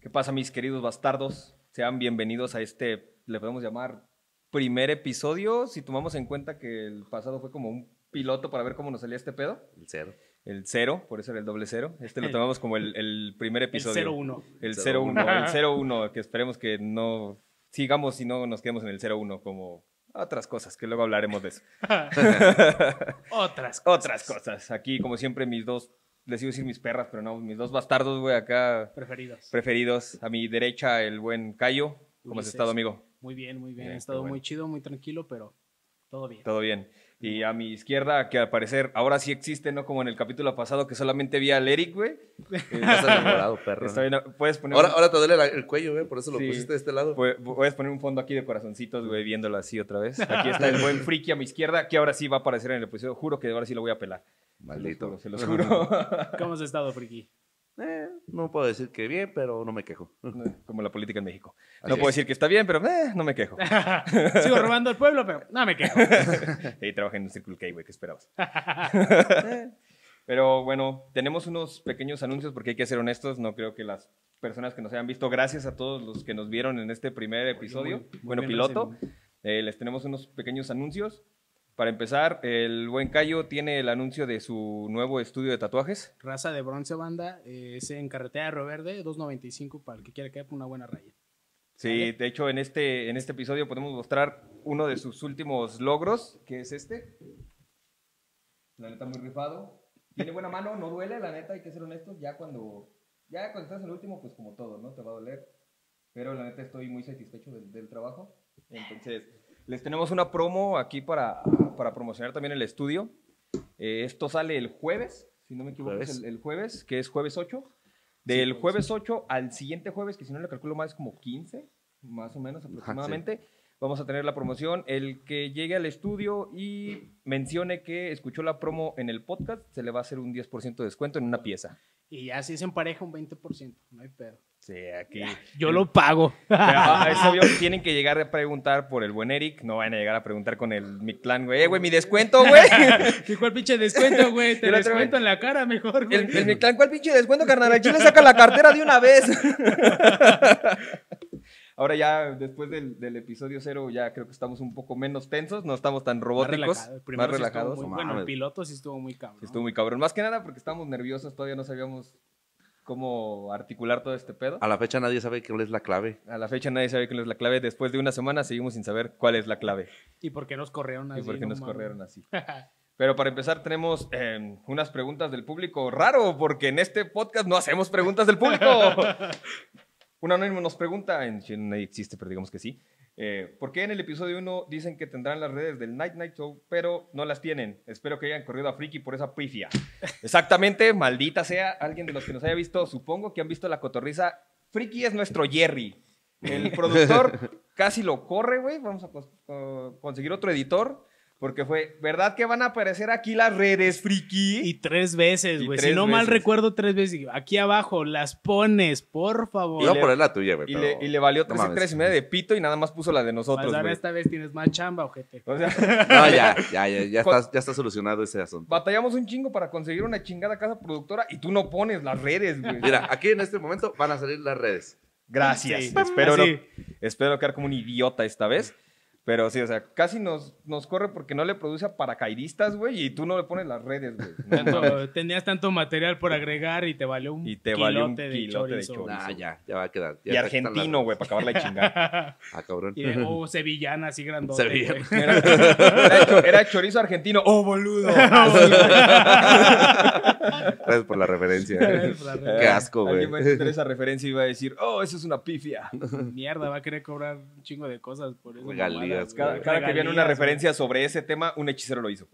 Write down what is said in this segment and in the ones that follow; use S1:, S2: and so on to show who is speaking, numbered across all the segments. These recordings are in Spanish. S1: ¿Qué pasa, mis queridos bastardos? Sean bienvenidos a este, le podemos llamar primer episodio, si tomamos en cuenta que el pasado fue como un piloto para ver cómo nos salía este pedo.
S2: El cero.
S1: El cero, por eso era el doble cero. Este lo
S3: El-
S1: tomamos como el, el primer episodio.
S3: El 01.
S1: El
S2: Cero
S1: 01, el 01, que esperemos que no sigamos y no nos quedemos en el 01 como otras cosas, que luego hablaremos de eso.
S3: Otras cosas.
S1: Otras cosas. Aquí, como siempre, mis dos, les iba a decir mis perras, pero no, mis dos bastardos, güey, acá
S3: Preferidos.
S1: preferidos. A mi derecha, el buen Cayo. ¿Cómo has
S3: Ulises.
S1: estado, amigo?
S3: Muy bien, muy bien.
S1: Eh,
S3: Ha
S1: qué
S3: estado
S1: bueno.
S3: muy chido, muy tranquilo, pero todo bien.
S1: Todo bien. Y a mi izquierda, que al parecer ahora sí existe, ¿no? Como en el capítulo pasado, que solamente vi al Eric, güey. Eh,
S2: Estás enamorado, perro.
S1: está bien, puedes poner...
S2: Ahora,
S1: un-
S2: ahora te duele la- el cuello, ¿eh? Por eso lo
S1: Sí. Pues
S2: pusiste de este lado.
S1: Pu- Puedes poner un fondo aquí de corazoncitos, güey, viéndolo así otra vez. Aquí está el buen friki a mi izquierda, que ahora sí va a aparecer en el episodio. Juro que ahora sí lo voy a pelar.
S2: Maldito.
S1: Se los juro. se los juro.
S3: ¿Cómo has estado, Friki?
S2: Eh, no puedo decir que bien, pero no me quejo.
S1: Como la política en México.
S2: Así
S1: no puedo
S2: es.
S1: decir que está bien, pero eh, no me quejo.
S3: Sigo robando el pueblo, pero no me quejo.
S1: Y trabajé en un Circle K, güey, ¿qué esperabas? Pero bueno, tenemos unos pequeños anuncios porque hay que ser honestos. No creo que las personas que nos hayan visto, gracias a todos los que nos vieron en este primer episodio,
S3: muy- muy
S1: bueno,
S3: bien
S1: piloto,
S3: recibido.
S1: eh, les tenemos unos pequeños anuncios. Para empezar, el buen Cayo tiene el anuncio de su nuevo estudio de tatuajes.
S3: Raza de bronce banda, eh, es en carretera de Río Verde, 295 para el que quiera quedar por una buena raya.
S1: Sí,
S3: Vale.
S1: de hecho, en este, en este episodio podemos mostrar uno de sus últimos logros, que es este. La neta, muy rifado. Tiene buena mano, no duele, la neta, hay que ser honestos. Ya cuando, ya cuando estás en el último, pues como todo, ¿no? Te va a doler. Pero la neta, estoy muy satisfecho del, del trabajo. Entonces, les tenemos una promo aquí para, para promocionar también el estudio. Eh, esto sale el jueves, si no me equivoco, es el,
S2: Jueves.
S1: el jueves, que es jueves 8. Del jueves 8 al siguiente jueves, que si no le calculo más, es como 15, más o menos aproximadamente. Vamos a tener la promoción. El que llegue al estudio y mencione que escuchó la promo en el podcast, se le va a hacer un 10% de descuento en una pieza.
S3: Y ya si es en pareja, un 20%, no hay pedo.
S1: Sí, aquí.
S3: Yo lo pago.
S1: Pero, ah, es obvio, tienen que llegar a preguntar por el buen Eric. No van a llegar a preguntar con el Mictlán, güey. Eh, güey, mi descuento, güey.
S3: ¿Y cuál pinche descuento, güey? Te
S1: El otro,
S3: descuento en la cara mejor, güey.
S1: El, el Mictlán, ¿cuál pinche descuento, carnal? Al chile saca la cartera de una vez. Ahora ya, después del, del episodio cero, ya creo que estamos un poco menos tensos, no estamos tan
S3: Más
S1: robóticos,
S3: relajado. El primero
S1: más
S3: sí estuvo
S1: relajados.
S3: muy-
S2: no
S3: bueno, el
S2: mames.
S3: piloto sí estuvo muy cabrón.
S1: Sí, Estuvo muy cabrón. Más que nada porque estábamos nerviosos, todavía no sabíamos cómo articular todo este pedo.
S2: A la fecha nadie sabe cuál es la clave.
S1: A la fecha nadie sabe cuál es la clave. Después de una semana seguimos sin saber cuál es la clave
S3: ¿Y por qué nos corrieron así?
S1: y por qué
S3: No
S1: nos
S3: mames.
S1: corrieron así. Pero para empezar tenemos eh, unas preguntas del público. Raro, porque en este podcast no hacemos preguntas del público. Un anónimo nos pregunta, en Chile no existe, pero digamos que sí. eh, ¿Por qué en el episodio 1 dicen que tendrán las redes del Night Night Show, pero no las tienen? Espero que hayan corrido a Friki por esa pifia. Exactamente, maldita sea alguien de los que nos haya visto. Supongo que han visto la cotorriza. Friki es nuestro Jerry. El productor casi lo corre, güey. Vamos a cons- co- conseguir otro editor. Porque fue, ¿verdad que van a aparecer aquí las redes, friki?
S3: Y tres veces,
S1: Y
S3: güey.
S1: tres
S3: Si no mal
S1: veces.
S3: recuerdo, tres veces. Digo, Aquí abajo las pones, por favor.
S2: Iba a
S1: le-
S2: poner la tuya, güey.
S1: Y,
S2: pero-
S1: le, y le valió
S2: no
S1: tres
S2: mames.
S1: hectáreas y media de pito y nada más puso la de
S3: Vas
S1: nosotros,
S3: a ver,
S1: güey.
S3: esta vez tienes más chamba, ojete.
S1: O sea,
S2: No, ya, ya, ya, ya, está, ya está solucionado ese asunto.
S1: batallamos un chingo para conseguir una chingada casa productora y tú no pones las redes, güey.
S2: Mira, aquí en este momento van a salir las redes.
S1: Gracias.
S3: Sí.
S1: Espero, no,
S3: Así.
S1: espero no quedar como un idiota esta vez. Pero sí, o sea, casi nos, nos corre porque no le produce a paracaidistas, güey, y tú no le pones las redes, güey. No mames.
S3: Tanto- tenías tanto material por agregar y te valió un
S1: Y te
S3: kilote,
S1: valió un
S3: de
S1: kilote de
S3: chorizo.
S1: chorizo.
S2: Nah, ya, ya va a quedar. Ya
S1: y
S2: está- están las
S1: argentino, güey, para acabar la chingada.
S2: redes. Ah, cabrón.
S3: Y de, oh, sevillana así grandote.
S2: Sevilla.
S3: güey.
S1: Era, era cho- era chorizo argentino. ¡Oh, boludo!
S2: Gracias por la ¿eh? referencia.
S3: Gracias por la
S2: Qué asco, güey.
S1: Alguien va a entender esa referencia y va a decir, ¡Oh, eso es una pifia!
S3: Mierda, va a querer cobrar un chingo de cosas por eso.
S2: Regalías,
S1: Cada, cada que viene una referencia sobre ese tema, un hechicero lo hizo.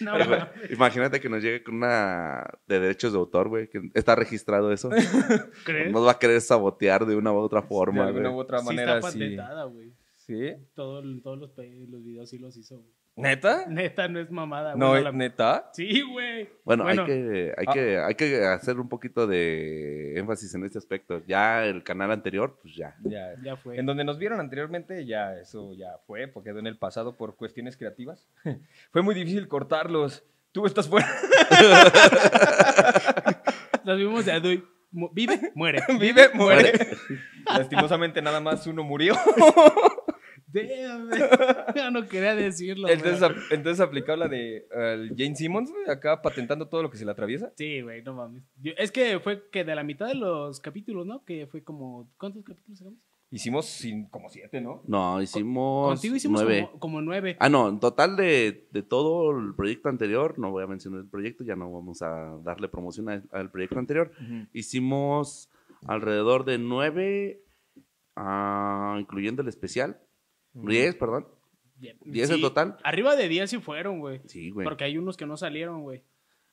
S3: No,
S2: Oye, güey,
S3: no.
S2: Pues, Imagínate que nos llegue con una de derechos de autor, güey, que está registrado eso.
S3: ¿crees?
S2: Nos va a querer sabotear de una u otra
S1: De
S2: forma,
S1: alguna u
S2: güey.
S1: otra
S3: Sí
S1: manera,
S3: está
S1: sí.
S3: patentada, güey.
S1: ¿Sí?
S3: Todo, todos los, pe- los videos sí los hizo, güey.
S1: ¿Neta?
S3: Neta, no es mamada, güey.
S1: No,
S3: la-
S1: ¿neta?
S3: Sí, güey.
S2: Bueno, hay, que, hay, que, hay que hacer un poquito de énfasis en este aspecto. Ya el canal anterior, pues ya.
S1: Ya,
S3: Ya fue.
S1: En donde nos vieron anteriormente, ya eso ya fue, porque en el pasado por cuestiones creativas. fue muy difícil cortarlos. Tú estás fuera.
S3: las vimos de Aduy. Mu- Vive, muere.
S1: Vive, muere. Lastimosamente nada más uno murió.
S3: Damn. Yo no quería decirlo.
S1: Entonces,
S3: güey.
S1: ap- entonces aplicaba la de eh, Jane Simmons, güey, acá patentando todo lo que se le atraviesa.
S3: Sí, güey, no mames. Yo- es que fue que de la mitad de los capítulos, ¿no? Que fue como. ¿Cuántos capítulos sacamos?
S1: Hicimos sin- como siete, ¿no?
S2: No, hicimos.
S3: Contigo hicimos
S2: nueve.
S3: como, como nueve.
S2: Ah, no, en total de, de todo el proyecto anterior, no voy a mencionar el proyecto, ya no vamos a darle promoción a- al proyecto anterior. Hicimos alrededor de nueve, ah, incluyendo el especial. Diez, perdón.
S3: Bien.
S2: ¿diez en
S3: Sí,
S2: total?
S3: Arriba de 10 sí fueron, güey.
S2: Sí, güey.
S3: Porque hay unos que no salieron, güey.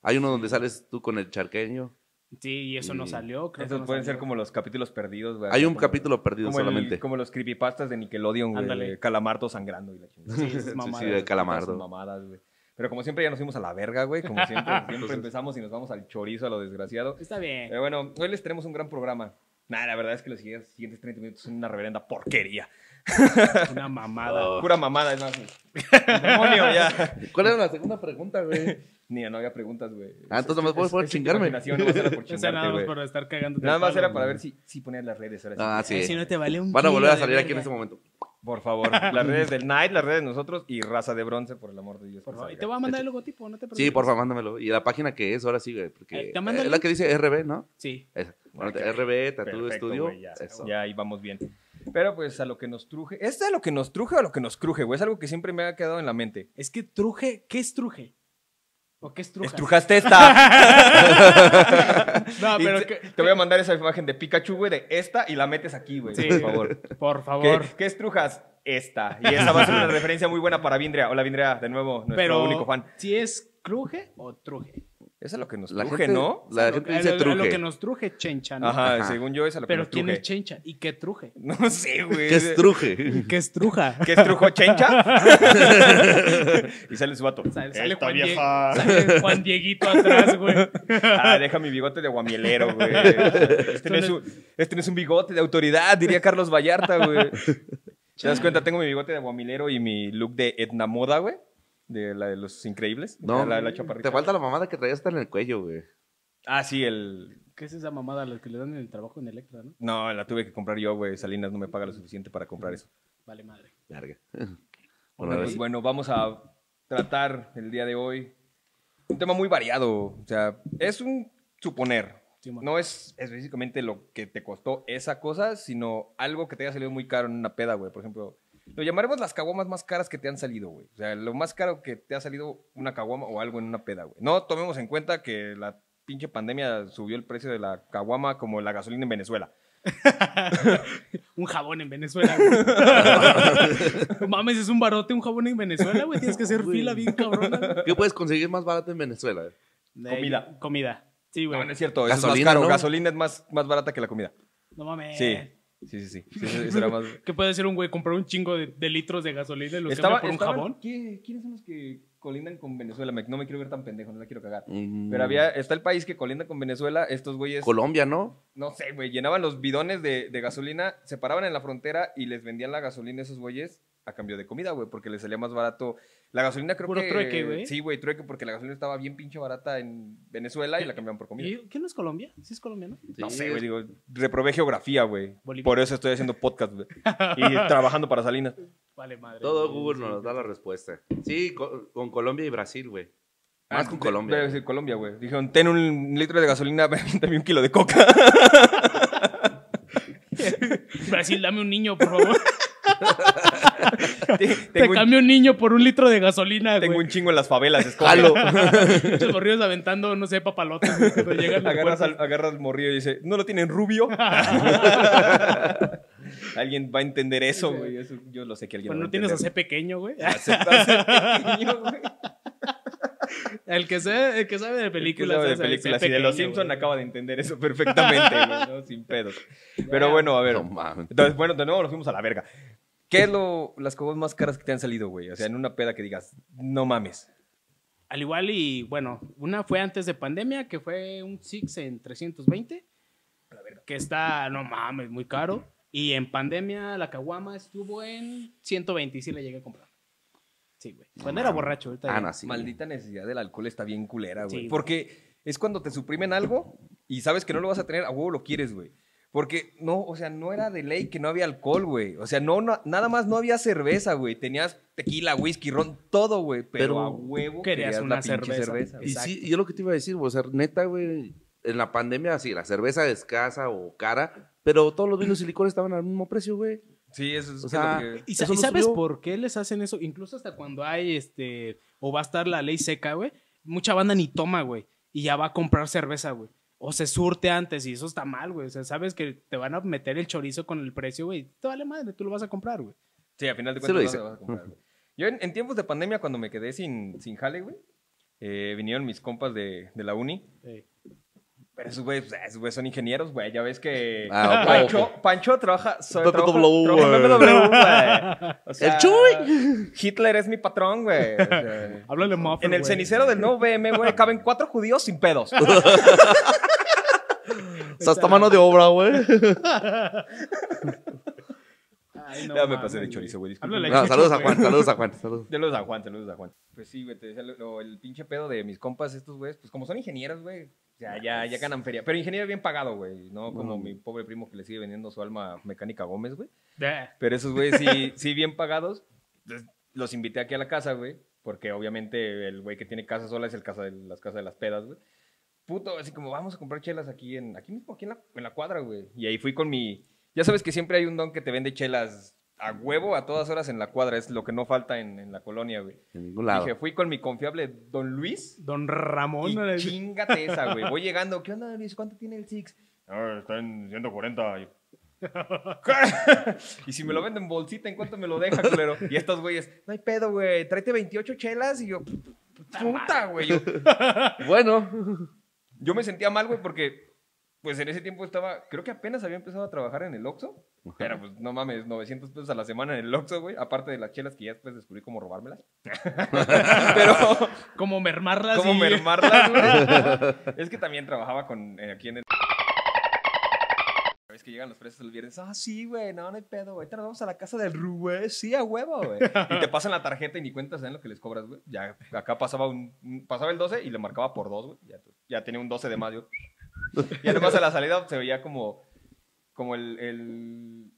S2: Hay uno donde sales tú con el charqueño.
S3: Sí, y eso no
S2: Sí.
S3: salió, creo que
S1: Esos
S3: no
S1: pueden ser
S3: salió.
S1: como los capítulos perdidos, güey.
S2: Hay un
S1: Como-
S2: capítulo perdido
S1: como el-
S2: solamente.
S1: como los creepypastas de Nickelodeon, güey.
S3: Ándale.
S1: de Calamardo sangrando y la chingada.
S3: Sí, esas
S2: Sí,
S3: mamadas.
S2: sí, de calamardo.
S1: Esas mamadas, güey. Pero como siempre ya nos fuimos a la verga, güey. Como siempre,
S2: Pues
S1: siempre empezamos y nos vamos al chorizo, a lo desgraciado.
S3: Está bien.
S1: Pero bueno, hoy les tenemos un gran programa. Nah, la verdad es que los siguientes siguientes 30 minutos son una reverenda porquería.
S3: Una mamada.
S2: Oh.
S1: Pura mamada, es más. güey. Demonio, ya.
S2: ¿Cuál era la segunda pregunta, güey?
S1: Ni no había preguntas, güey.
S2: Ah, entonces nomás puedes
S1: Es-
S2: por
S1: es tu
S2: chingarme.
S1: imaginación, nomás era por
S3: O sea,
S1: chingarte,
S3: nada más
S1: güey.
S3: por estar cagando.
S1: Nada más era para ver si, si ponías las redes. Ahora sí.
S2: Ah, sí.
S3: Si no te vale un
S2: Van a volver a
S3: kilo de
S2: salir aquí en
S3: verga.
S2: ese momento.
S1: Por favor, las redes del Night, las redes de nosotros y raza de bronce, por el amor de Dios.
S3: Por
S1: que
S3: favor, y
S1: salga.
S3: te voy a mandar el logotipo, no te preocupes.
S2: Sí, por favor, mándamelo. Y la página que es, ahora sí, güey. Porque
S3: Eh, te mando
S2: eh,
S3: el
S2: es la que dice RB, ¿no?
S3: Sí.
S2: Esa. Bueno,
S1: Ok.
S2: RB, Tattoo
S1: Perfecto,
S2: Studio.
S1: güey, ya,
S2: eso.
S1: ya ahí vamos bien. Pero pues a lo que nos truje. ¿Es a lo que nos truje o a lo que nos cruje, güey? Es algo que siempre me ha quedado en la mente.
S3: Es que truje, ¿qué es truje? ¿O qué es truja?
S1: ¡Estrujaste esta!
S3: No,
S1: Y
S3: pero
S1: te-
S3: que-
S1: Te voy a mandar esa imagen de Pikachu, güey, de esta y la metes aquí, güey.
S3: Sí.
S1: Por favor.
S3: por
S1: ¿Qué,
S3: favor.
S1: qué estrujas? Esta. Y esa va a ser una referencia muy buena para Vindria. Hola, Vindria, de nuevo, nuestro
S3: pero
S1: único fan.
S3: si es cruje o truje.
S1: Es a lo que nos
S2: La
S1: truje,
S2: gente,
S1: ¿no?
S2: La
S3: A lo-
S2: gente
S3: a
S2: dice
S3: lo- a
S2: truje.
S3: lo que nos truje, chencha, ¿no?
S1: Ajá,
S2: Ajá.
S1: según yo es a lo que
S3: Pero
S1: nos
S3: ¿quién
S1: truje.
S3: es chencha? ¿Y qué truje?
S1: No sé, güey.
S2: ¿Qué es truje?
S3: ¿Qué es truja?
S1: ¿Qué es trujo chencha? y sale su vato.
S3: Sale, sale
S1: Esta
S3: Juan Die-
S1: vieja.
S3: sale Juan Dieguito atrás, güey.
S1: Ah, deja mi bigote de guamielero, güey. Este no, es un, este no es un bigote de autoridad, diría Carlos Vallarta, güey. ¿Te das cuenta? Tengo mi bigote de guamilero y mi look de Etna Moda, güey. De la de los increíbles.
S2: No,
S1: la, la chaparrita.
S2: te falta la mamada que traías hasta en el cuello, güey.
S1: Ah, sí, el.
S3: ¿Qué es esa mamada a los que le dan en el trabajo en Electra, no?
S1: No, la tuve que comprar yo, güey. Salinas no me paga lo suficiente para comprar eso.
S3: Vale madre.
S2: Larga.
S1: Bueno,
S2: Bueno,
S1: pues, bueno, vamos a tratar el día de hoy un tema muy variado. O sea, es un suponer.
S3: Sí, man.
S1: no es específicamente lo que te costó esa cosa, sino algo que te haya salido muy caro en una peda, güey. Por ejemplo, lo llamaremos las caguamas más caras que te han salido, güey. O sea, lo más caro que te ha salido una caguama o algo en una peda, güey. No tomemos en cuenta que la pinche pandemia subió el precio de la caguama como la gasolina en Venezuela.
S3: Un jabón en Venezuela. güey. No Mames, es un barote, un jabón en Venezuela, güey. Tienes que hacer
S2: Güey.
S3: fila bien cabrona. güey.
S2: ¿Qué puedes conseguir más barato en Venezuela?
S3: De-
S1: Comida.
S3: Comida. Sí, güey.
S1: No, no es cierto, eso es
S2: Gasolina,
S1: más caro.
S2: ¿no?
S1: Gasolina es más, más barata que la comida.
S3: No mames.
S1: Sí, sí, sí, sí. Sí, eso- eso era más-
S3: ¿Qué puede hacer un güey? Comprar un chingo de, de litros de gasolina y lo
S1: Estaba-
S3: cambia por un
S1: estaban-
S3: jabón.
S1: ¿qué- ¿Quiénes son los que colindan con Venezuela? Me- No me quiero ver tan pendejo, no la quiero cagar.
S2: Mm.
S1: Pero había, está el país que colinda con Venezuela, estos güeyes,
S2: Colombia, ¿no?
S1: no sé, güey, llenaban los bidones de, de gasolina, se paraban en la frontera y les vendían la gasolina a esos güeyes a cambio de comida, güey, porque les salía más barato. La gasolina creo
S3: Puro
S1: que...
S3: trueque, güey.
S1: Sí, güey, trueque, porque la gasolina estaba bien pinche barata en Venezuela y la cambiaban por comida.
S3: ¿Y- ¿Qué no es Colombia? Sí es Colombia, ¿no?
S1: No
S2: Sí,
S1: sé, güey, digo, reprobé geografía, güey.
S3: Bolivia.
S1: Por eso estoy haciendo podcast, güey. Y trabajando para Salinas.
S3: Vale madre.
S2: Todo
S3: güey,
S2: Google
S3: sí.
S2: nos da la respuesta. Sí, co- con Colombia y Brasil, güey.
S1: Ah,
S2: Más con Colombia.
S1: Debe
S2: güey.
S1: ser Colombia, güey. Dijeron, ten un litro de gasolina, también un kilo de coca.
S3: Brasil, dame un niño, por favor. Te
S1: tengo, un,
S3: cambio un niño por un litro de gasolina,
S1: tengo
S3: güey.
S1: un chingo en las favelas, escógelo.
S2: Jalo.
S3: Muchos morrillos aventando, no sé, papalotes. güey, cuando llegan al
S1: agarras,
S3: puerto.
S1: al, agarras al morrillo y dice, ¿no lo tienen rubio? alguien va a entender eso, güey. Eso, yo lo sé que alguien
S3: Cuando
S1: lo
S3: no tienes
S1: va
S3: a C pequeño, güey.
S1: a entender.
S3: El que, sabe, el que sabe de películas.
S1: películas, de
S3: sabe
S1: películas
S3: ser
S1: y de los
S3: pequeño,
S1: Simpson
S3: güey.
S1: acaba de entender eso perfectamente, güey, ¿no? sin pedos. Pero bueno, a ver.
S2: No mames.
S1: Entonces, bueno, de nuevo nos fuimos a la verga. ¿Qué es lo, las cosas más caras que te han salido, güey? O sea, en una peda que digas, no mames.
S3: Al igual y, bueno, una fue antes de pandemia, que fue un Six en 320, que está, no mames, muy caro. Y en pandemia la caguama estuvo en 120 y sí la llegué a comprar. Sí, güey. Cuando era borracho, ahorita.
S2: Ah,
S3: ya.
S2: no, sí.
S1: Maldita necesidad del alcohol está bien culera, güey.
S3: Sí.
S1: Porque es cuando te suprimen algo Y sabes que no lo vas a tener, a huevo lo quieres, güey. Porque no, o sea, no era de ley que no había alcohol, güey. O sea, no, no- nada más no había cerveza, güey. Tenías tequila, whisky, ron, todo, güey. Pero,
S2: Pero
S1: a huevo
S3: querías
S1: querías,
S3: una
S1: la pinche
S3: cerveza.
S1: cerveza. güey.
S2: Y sí, yo lo que te iba a decir, o sea, neta, güey, en la pandemia, sí, la cerveza escasa o cara, pero todos los vinos y licores estaban al mismo precio, güey.
S1: Sí, eso es
S2: O
S1: que lo
S2: sea,
S1: que-
S3: ¿Y,
S2: Eso
S3: sa- y
S2: no
S3: sabes
S2: subió.
S3: por qué les hacen eso? Incluso hasta cuando hay, este, o va a estar la ley seca, güey. Mucha banda ni toma, güey. Y ya va a comprar cerveza, güey. O se surte antes y eso está mal, güey. O sea, sabes que te van a meter el chorizo con el precio, güey. Te vale madre, tú lo vas a comprar, güey.
S1: Sí, a final de
S2: Sí lo
S1: cuentas
S2: hice.
S1: no lo vas a comprar, güey. Yo en, en tiempos de pandemia, cuando me quedé sin, sin jale, güey, eh, vinieron mis compas de, de la uni. Pero esos güeyes pues, esos güeyes son ingenieros, güey. Ya ves que
S2: Ah, ok.
S1: Pancho, Pancho trabaja... so-
S2: BBW,
S1: trabaja-
S2: güey.
S1: trabaja en BBW, güey. O sea,
S2: ¡El Chuy!
S1: Hitler es mi patrón, güey. O sea,
S3: Háblale más.
S1: en el cenicero del nuevo BM, güey, caben cuatro judíos sin pedos.
S2: O sea, hasta mano de obra, güey.
S3: Ay, no
S1: Ya me
S3: mames,
S1: pasé de chorizo, güey, disculpa.
S3: Háblale al
S2: No,
S3: Chucho,
S2: saludos a
S3: güey.
S2: Juan, saludos a Juan, saludos.
S1: De los a Juan, de los a Juan. Pues sí, güey, te decía lo- lo- el pinche pedo de mis compas, estos güeyes, pues como son ingenieros, güey, ya, ya, ya ganan feria. Pero ingeniero bien pagado, güey, ¿no? Como
S2: Mm.
S1: mi pobre primo que le sigue vendiendo su alma a Mecánica Gómez, güey.
S3: De-
S1: Pero esos güeyes sí, sí bien pagados. Entonces, los invité aquí a la casa, güey, porque obviamente el güey que tiene casa sola es el casa de las casas de las pedas, güey. Puto, así como vamos a comprar chelas aquí, en, aquí mismo, aquí en la, en la cuadra, güey. Y ahí fui con mi... Ya sabes que siempre hay un don que te vende chelas a huevo a todas horas en la cuadra. Es lo que no falta en, en la colonia, güey.
S2: En ningún lado.
S1: Dije, fui con mi confiable Don Luis.
S3: Don Ramón.
S1: Y
S3: no le-
S1: chingate esa, güey. Voy llegando. ¿Qué onda, Luis? ¿Cuánto tiene el Six? Ah, está en 140. Y- ¿Qué? y si me lo venden en bolsita, ¿en cuánto me lo deja, culero? Y estos güeyes, no hay pedo, güey. Tráete 28 chelas. Y yo, puta, güey. Yo,
S2: Bueno,
S1: yo me sentía mal, güey, porque pues en ese tiempo estaba, creo que apenas había empezado a trabajar en el Oxxo. Pero pues no mames, 900 pesos a la semana en el Oxxo, güey. Aparte de las chelas que ya después descubrí cómo robármelas. pero...
S3: Como mermarlas.
S1: ¿Cómo
S3: y-
S1: mermarlas, güey? es que también trabajaba con, eh, aquí en el... Es que llegan los presos el viernes. Ah, sí, güey, no, no hay pedo, güey. Ahorita nos vamos a la casa del Rubén. Sí, a huevo, güey. Y te pasan la tarjeta y ni cuentas en lo que les cobras, güey. Ya acá pasaba un, un- pasaba el 12 y le marcaba por dos, güey. Ya, ya tenía un 12 de más, yo. Y además a la salida se veía como, como el, el,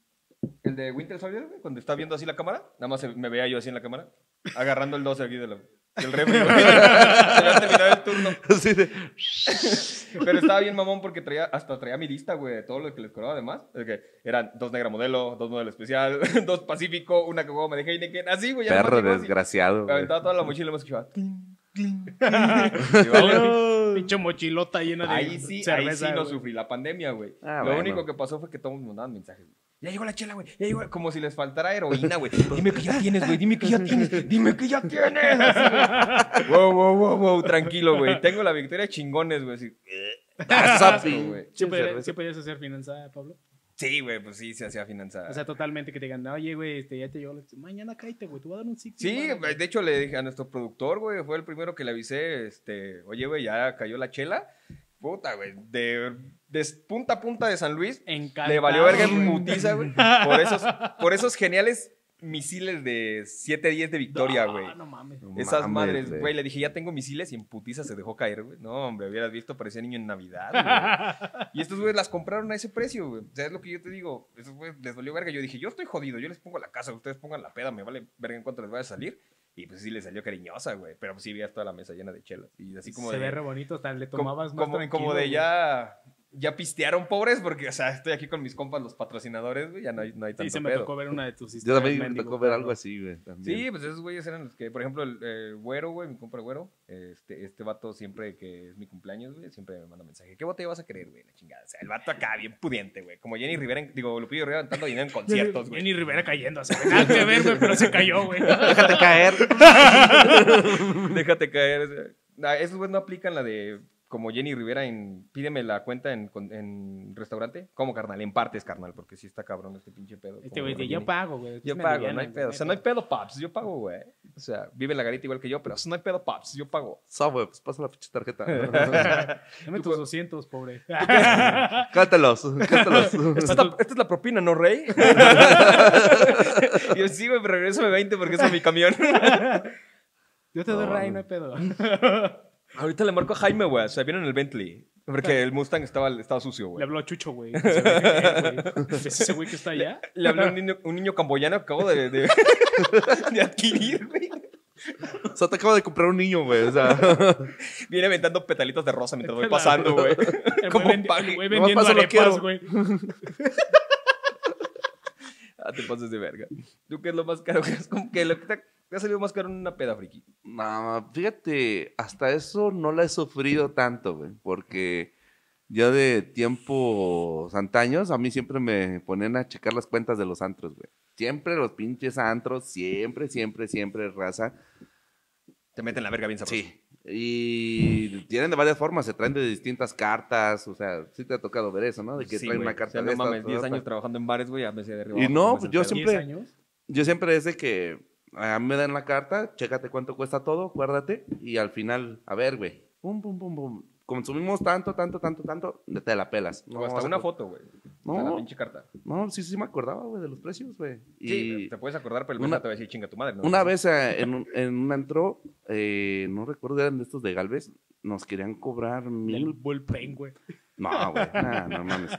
S1: el de Winter Soldier, güey, cuando está viendo así la cámara. Nada más se- me veía yo así en la cámara, agarrando el 12 aquí de la- del refri, güey. Se había terminado el turno.
S2: así de.
S1: Pero estaba bien mamón porque traía, hasta traía mi lista, güey, de todo lo que les cobraba además. Es que eran dos negra modelo, dos modelo especial, dos pacífico, una que jugaba de Heineken. Así, güey, ya nomás
S2: Perro
S1: llegó así.
S2: desgraciado.
S1: Me
S2: güey.
S1: aventaba toda la mochila y más escuchaba. cling, cling.
S3: Dale, Pinche mochilota llena de
S1: Ahí sí, ahí
S3: cerveza.
S1: sí no
S3: güey.
S1: sufrí la pandemia, güey.
S2: Ah,
S1: lo
S2: bueno.
S1: único que pasó fue que todos me mandaban mensajes. güey. Ya llegó la chela, güey. Ya llegó la-". Como si les faltara heroína, güey. Dime que ya tienes, güey. Dime que ya tienes. Dime que ya tienes. Así, güey. wow, wow, wow, wow. Tranquilo, güey. Tengo la victoria chingones, güey. así.
S2: Ah, esa
S1: Asco,
S2: pinche
S1: güey.
S3: Siempre,
S2: cerveza.
S3: siempre podías hacer finanzada, Pablo.
S1: Sí, güey, pues sí, se hacía financiada.
S3: O sea, totalmente que te digan, oye, güey, este, ya te llegó. la- Mañana cállate, güey, te voy a dar un six.
S1: Sí,
S3: güey.
S1: güey, de hecho le dije a nuestro productor, güey, fue el primero que le avisé, este, oye, güey, ya cayó la chela. Puta, güey, de, de punta a punta de San Luis,
S3: Encantado,
S1: le valió verga en
S3: güey.
S1: putiza, güey, por esos, por esos geniales misiles de 7-10 de victoria,
S3: No,
S1: güey.
S3: No, mames.
S1: Esas
S2: Mames,
S1: madres,
S2: güey.
S1: güey, le dije, ya tengo misiles y en putiza se dejó caer, güey. No, hombre, hubieras visto, parecía niño en Navidad, güey. Y estos güeyes las compraron a ese precio, güey. O sea, es lo que yo te digo. Esos güeyes les dolió verga. Yo dije, yo estoy jodido, yo les pongo la casa, ustedes pongan la peda, me vale verga en cuánto les vaya a salir. Y pues sí, le salió cariñosa, güey. Pero pues, sí, veías toda la mesa llena de chelas. Y así como
S3: Se
S1: de.
S3: ve re bonito, hasta le
S1: como-
S3: tomabas más
S1: como, como
S3: tranquilo,
S1: de
S3: güey.
S1: ya. Ya pistearon pobres, porque, o sea, estoy aquí con mis compas, los patrocinadores, güey. Ya no hay, no hay tanto
S3: Sí, se me
S1: pedo.
S3: tocó ver una de tus
S2: Yo
S3: historias.
S2: también me
S3: mendigo,
S2: tocó ver
S3: Pablo.
S2: algo así, güey. también.
S1: Sí, pues esos güeyes eran los que, por ejemplo, el, eh, güero, güey, mi compa güero, este, este vato siempre que es mi cumpleaños, güey, siempre me manda mensaje. ¿Qué botella vas a querer, güey? La chingada. O sea, el vato acá, bien pudiente, güey. Como Jenny Rivera, en- digo, Lupillo Rivera aventando dinero en conciertos, güey.
S3: Jenny Rivera cayendo, así, nada que ver, güey, pero se cayó, güey.
S2: Déjate caer.
S1: Déjate caer. o sea. Nah, esos güeyes no aplican la de, como Jenny Rivera en, pídeme la cuenta en, con- en restaurante. ¿Cómo, carnal? En partes, carnal, porque sí está cabrón este pinche pedo.
S3: Este
S1: como
S3: güey,
S1: la
S3: de, yo
S1: Jenny.
S3: pago, güey.
S1: Yo
S3: me
S1: pago,
S3: alivianan,
S1: no hay
S3: güey,
S1: pedo. O sea, no hay pedo, paps. Yo pago, güey. O sea, vive la garita igual que yo, pero no hay pedo, paps. Yo pago.
S2: So, güey, pues pasa la pinche tarjeta.
S3: Dame tus 200, pobre.
S2: Cántalos, cántalos.
S3: Pues
S1: Esta, es la- esta es la propina, ¿no, Rey? y yo, sí, güey, pero regrésame 20 porque es en mi camión.
S3: Yo te doy
S2: No,
S3: ray,
S2: mames.
S3: no hay pedo.
S1: Ahorita le marco a Jaime, güey. O sea, viene en el Bentley. Porque el Mustang estaba, estaba sucio,
S3: Le
S1: güey.
S3: habló a Chucho, güey. Ese güey, güey. ¿Es ese güey que está allá?
S1: Le habló un niño, un niño camboyano que acabo de, de, de adquirir, güey.
S2: O sea, te acabo de comprar un niño, güey. O sea,
S1: Viene aventando petalitos de rosa mientras voy pasando, güey.
S3: El
S1: Como
S3: güey vendi-
S1: Pagli.
S3: el güey
S2: Nomás
S3: vendiendo
S2: pasa, lo
S3: arepas,
S2: quiero.
S3: güey.
S1: Ah, te pasas de verga. ¿Tú qué es lo más caro que has, como que lo que te, te ha salido más caro en una peda, friki?
S2: no, fíjate, hasta eso no la he sufrido tanto, güey. Porque yo de tiempos antaños, a mí siempre me ponían a checar las cuentas de los antros, güey. Siempre los pinches antros, siempre, siempre, siempre, raza.
S1: Te meten la verga bien sabroso.
S2: Sí. Y tienen de varias formas, se traen de distintas cartas, o sea, sí te ha tocado ver eso, ¿no? De que
S1: Sí,
S2: traen
S1: güey.
S2: una carta
S1: O sea,
S2: de
S1: no
S2: esta,
S1: mames,
S2: otra,
S1: 10
S2: otra.
S1: años trabajando en bares, güey, ya me sé de arriba
S2: Y
S1: abajo
S2: no,
S1: cómo es el
S2: pues yo
S1: pedo.
S2: siempre-
S3: ¿Diez años?
S2: Yo siempre es de que a mí me dan la carta, chécate cuánto cuesta todo, guárdate, y al final, a ver, güey, pum, pum, pum, pum, consumimos tanto, tanto, tanto, tanto, te la pelas.
S1: O
S2: vas
S1: hasta
S2: a-
S1: una foto, güey. No.
S2: No.
S1: la pinche carta.
S2: No, sí, sí me acordaba, güey, de los precios, güey.
S1: Sí,
S2: Y
S1: te puedes acordar, pero el
S2: una-
S1: una, te va a decir chinga tu madre. ¿no?
S2: una vez eh, en, un- en un antro, eh, no recuerdo, eran de estos de Galvez, nos querían cobrar
S3: Del
S2: mil
S3: bullpen, güey.
S2: No, güey, nah, no mames.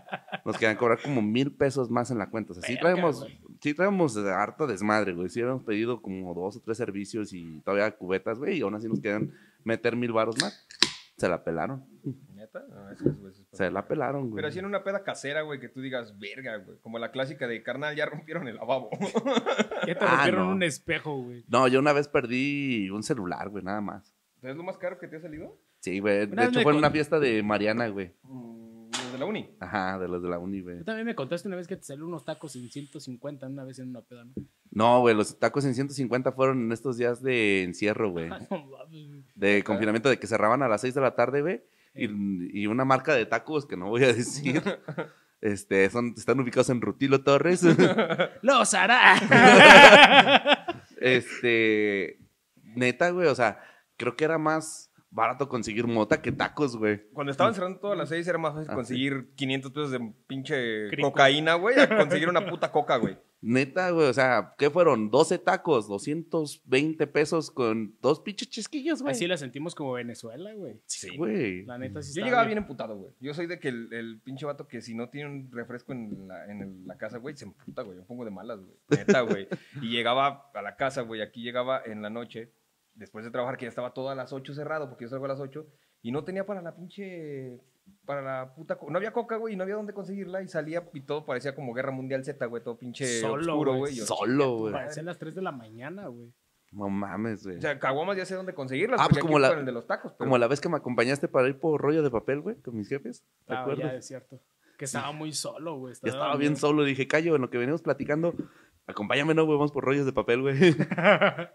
S2: Nos quedan cobrar como mil pesos más en la cuenta. O sea, sí
S3: Verga,
S2: traemos,
S3: güey.
S2: sí traemos eh, harta desmadre, güey. Sí habíamos pedido como dos o tres servicios y todavía cubetas, güey, y aún así nos quedan meter mil varos más. Se la pelaron.
S1: ¿Neta? No, es que esos güeyes-
S2: Se la pelaron, güey.
S1: Pero así en una peda casera, güey, que tú digas, verga, güey. Como la clásica de carnal, ya rompieron el lavabo.
S3: Ya te
S2: Ah,
S3: rompieron
S2: no.
S3: un espejo, güey.
S2: No, yo una vez perdí un celular, güey, nada más.
S1: ¿Es lo más caro que te ha salido?
S2: Sí, güey.
S3: Una
S2: De
S3: vez
S2: hecho,
S3: me
S2: fue en
S3: con-
S2: una fiesta de Mariana, güey.
S1: Mm, Los de la uni.
S2: Ajá, de los de la uni, güey.
S3: Tú también me contaste una vez que te salieron unos tacos en 150 una vez en una peda, ¿no?
S2: No, güey, los tacos en 150 fueron en estos días de encierro, güey.
S3: Ah, no mames.
S2: de confinamiento de que cerraban a las 6 de la tarde, güey. Y, y una marca de tacos que no voy a decir. Este, son, están ubicados en Rutilo Torres.
S3: ¡Los hará!
S2: este, neta, güey, o sea, creo que era más barato conseguir mota que tacos, güey.
S1: Cuando estaban cerrando todas las seis era más fácil
S2: Ah,
S1: conseguir 500 pesos de pinche
S3: Crico.
S1: cocaína, güey, a conseguir una puta coca, güey.
S2: Neta, güey, o sea, ¿qué fueron? 12 tacos, 220 pesos con dos pinches chisquillos, güey.
S3: Así la sentimos como Venezuela, güey.
S1: Sí.
S2: Güey.
S3: La neta sí
S1: Yo
S3: estaba
S1: llegaba bien emputado, güey. Yo soy de que el, el pinche vato que si no tiene un refresco en la, en el- la casa, güey, se emputa, güey. Yo me pongo de malas, güey. Neta, güey. Y llegaba a la casa, güey. Aquí llegaba en la noche, después de trabajar, que ya estaba todo a las 8 cerrado, porque yo salgo a las 8, y no tenía para la pinche. Para la puta. co- No había coca, güey, y no había dónde conseguirla, y salía y todo parecía como Guerra Mundial Z, güey. Todo pinche
S3: Solo,
S1: oscuro,
S3: güey,
S1: güey. Yo,
S2: Solo, güey.
S3: Parecían las 3 de la mañana, güey.
S2: No mames, güey.
S1: O sea, caguamas ya sé dónde conseguirlas.
S2: Ah,
S1: porque
S2: pues
S1: aquí
S2: como la-
S1: con el de los tacos. pero-
S2: Como la vez que me acompañaste para ir por rollo de papel, güey, con mis jefes. ¿Te
S3: Estaba
S2: acuerdas?
S3: ya desierto. Que estaba muy solo, güey.
S2: Ya estaba bien solo, dije, callo, en lo que veníamos platicando, acompáñame, no, güey, vamos por rollos de papel, güey.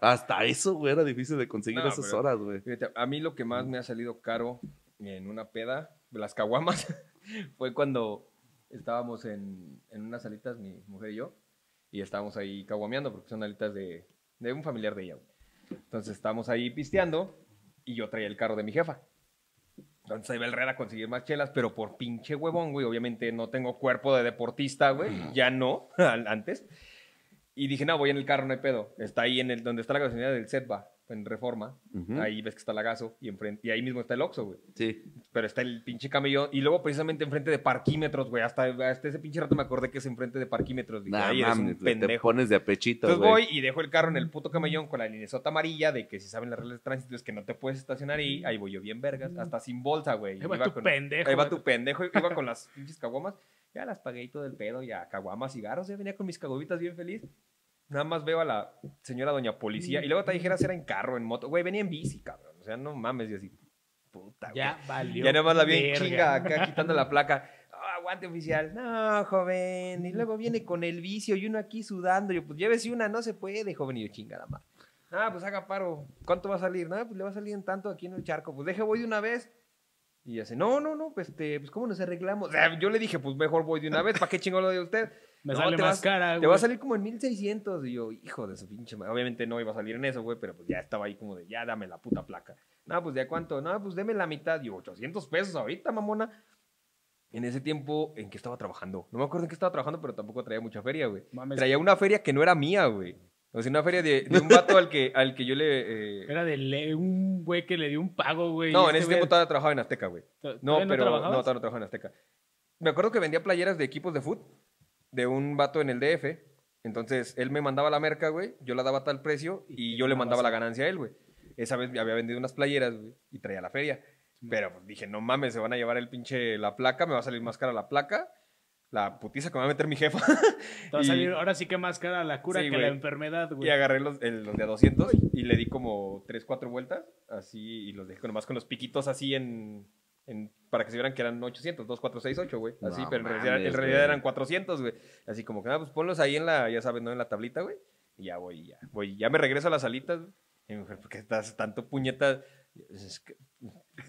S2: Hasta eso, güey, era difícil de conseguir
S1: No,
S2: esas
S1: pero-
S2: horas, güey.
S1: Fíjate, a mí lo que más me ha salido caro en una peda, de las caguamas, fue cuando estábamos en, en unas salitas, mi mujer y yo, y estábamos ahí caguameando, porque son alitas de, de un familiar de ella. güey. Entonces estábamos ahí pisteando y yo traía el carro de mi jefa. Entonces ahí va el Herrera a conseguir más chelas, pero por pinche huevón, güey. Obviamente no tengo cuerpo de deportista, güey. Ya no, al- antes. Y dije, no, voy en el carro, no hay pedo. Está ahí en el, donde está la gasolinera del Setba, en Reforma.
S2: Ujú.
S1: Ahí ves que está la gaso y, enfrente, y ahí mismo está el Oxxo, güey.
S2: Sí.
S1: Pero está el pinche camellón. Y luego precisamente enfrente de parquímetros, güey. Hasta, hasta ese pinche rato me acordé que es enfrente de parquímetros. Dije,
S2: Nah,
S1: "Ay, eres un
S2: mames, güey, te
S1: pendejo.
S2: pones de apechito,
S1: Entonces
S2: güey.
S1: voy y dejo el carro en el puto camellón con la linesota amarilla de que si saben las reglas de tránsito es que no te puedes estacionar ahí. Ahí voy yo bien vergas, hasta sin bolsa, güey.
S3: Ahí va
S1: Iba
S3: tu pendejo, eh.
S1: Ahí va
S3: güey.
S1: tu pendejo. Iba con las pinches caguamas. Ya las pagué y todo el pedo, ya caguamas, cigarros. Ya venía con mis caguabitas bien feliz. Nada más veo a la señora doña policía. Y luego te dijeras era en carro, en moto. Güey, venía en bici, cabrón. O sea, no mames. Y así, puta, güey.
S3: Ya valió.
S1: Ya nada más la vi en
S3: verga.
S1: chinga acá quitando la placa. Ah, aguante oficial. No, joven. Y luego viene con el vicio y uno aquí sudando. Yo, pues llévese una, no se puede, joven. Y yo, chinga la madre. Ah, pues haga paro. ¿Cuánto va a salir? No, pues le va a salir en tanto aquí en el charco. Pues deje, voy de una vez. Y hace, no, no, no, pues, este, pues ¿cómo nos arreglamos? O sea, yo le dije, pues mejor voy de una vez. ¿Para qué chingón lo de usted?
S3: Me
S1: No,
S3: sale
S1: te
S3: más
S1: vas-
S3: cara, Ah, güey.
S1: Te va a salir como en 1600. Y yo, hijo de su pinche madre. Obviamente no iba a salir en eso, güey, pero pues ya estaba ahí como de, ya dame la puta placa. No, pues ya cuánto. No, pues deme la mitad. Y yo, 800 pesos ahorita, mamona. En ese tiempo en que estaba trabajando. No me acuerdo en qué estaba trabajando, pero tampoco traía mucha feria, güey.
S3: Mames.
S1: Traía una feria que no era mía, güey. O sea, una feria de, de un vato al que, al que yo le... eh,
S3: Era de le- un güey que le dio un pago, güey.
S1: no, en
S3: y este
S1: ese
S3: güey-
S1: tiempo todavía trabajaba en Azteca, güey.
S3: ¿todavía
S1: No, pero no,
S3: trabajabas?
S1: todavía no trabajaba en Azteca. Me acuerdo que vendía playeras de equipos de fútbol de un vato en el DF. Entonces, él me mandaba la merca, güey. Yo la daba a tal precio y yo le mandaba la ganancia a él, güey. Esa vez había vendido unas playeras, güey, y traía la feria. Pero pues, dije, no mames, se van a llevar el pinche la placa, me va a salir más cara la placa, la putiza que me va a meter mi jefa.
S3: Te va a
S1: Y-
S3: salir ahora sí que más cara la cura
S1: Sí,
S3: que la
S1: güey.
S3: enfermedad, güey.
S1: Y agarré los, el- los de a 200 y le di como 3, 4 vueltas, así, y los dejé con- nomás con los piquitos así en, en- para que se vieran que eran 800, 2, 4, 6, 8, güey. Así,
S2: No
S1: pero en realidad, en
S2: mames,
S1: realidad
S2: güey.
S1: eran 400, güey. Así como que, ah, pues ponlos ahí en la, ya sabes, ¿no? En la tablita, güey. Y ya voy, ya voy. Ya me regreso a las alitas, güey. Y mi mujer, ¿por qué estás tanto puñeta? Es que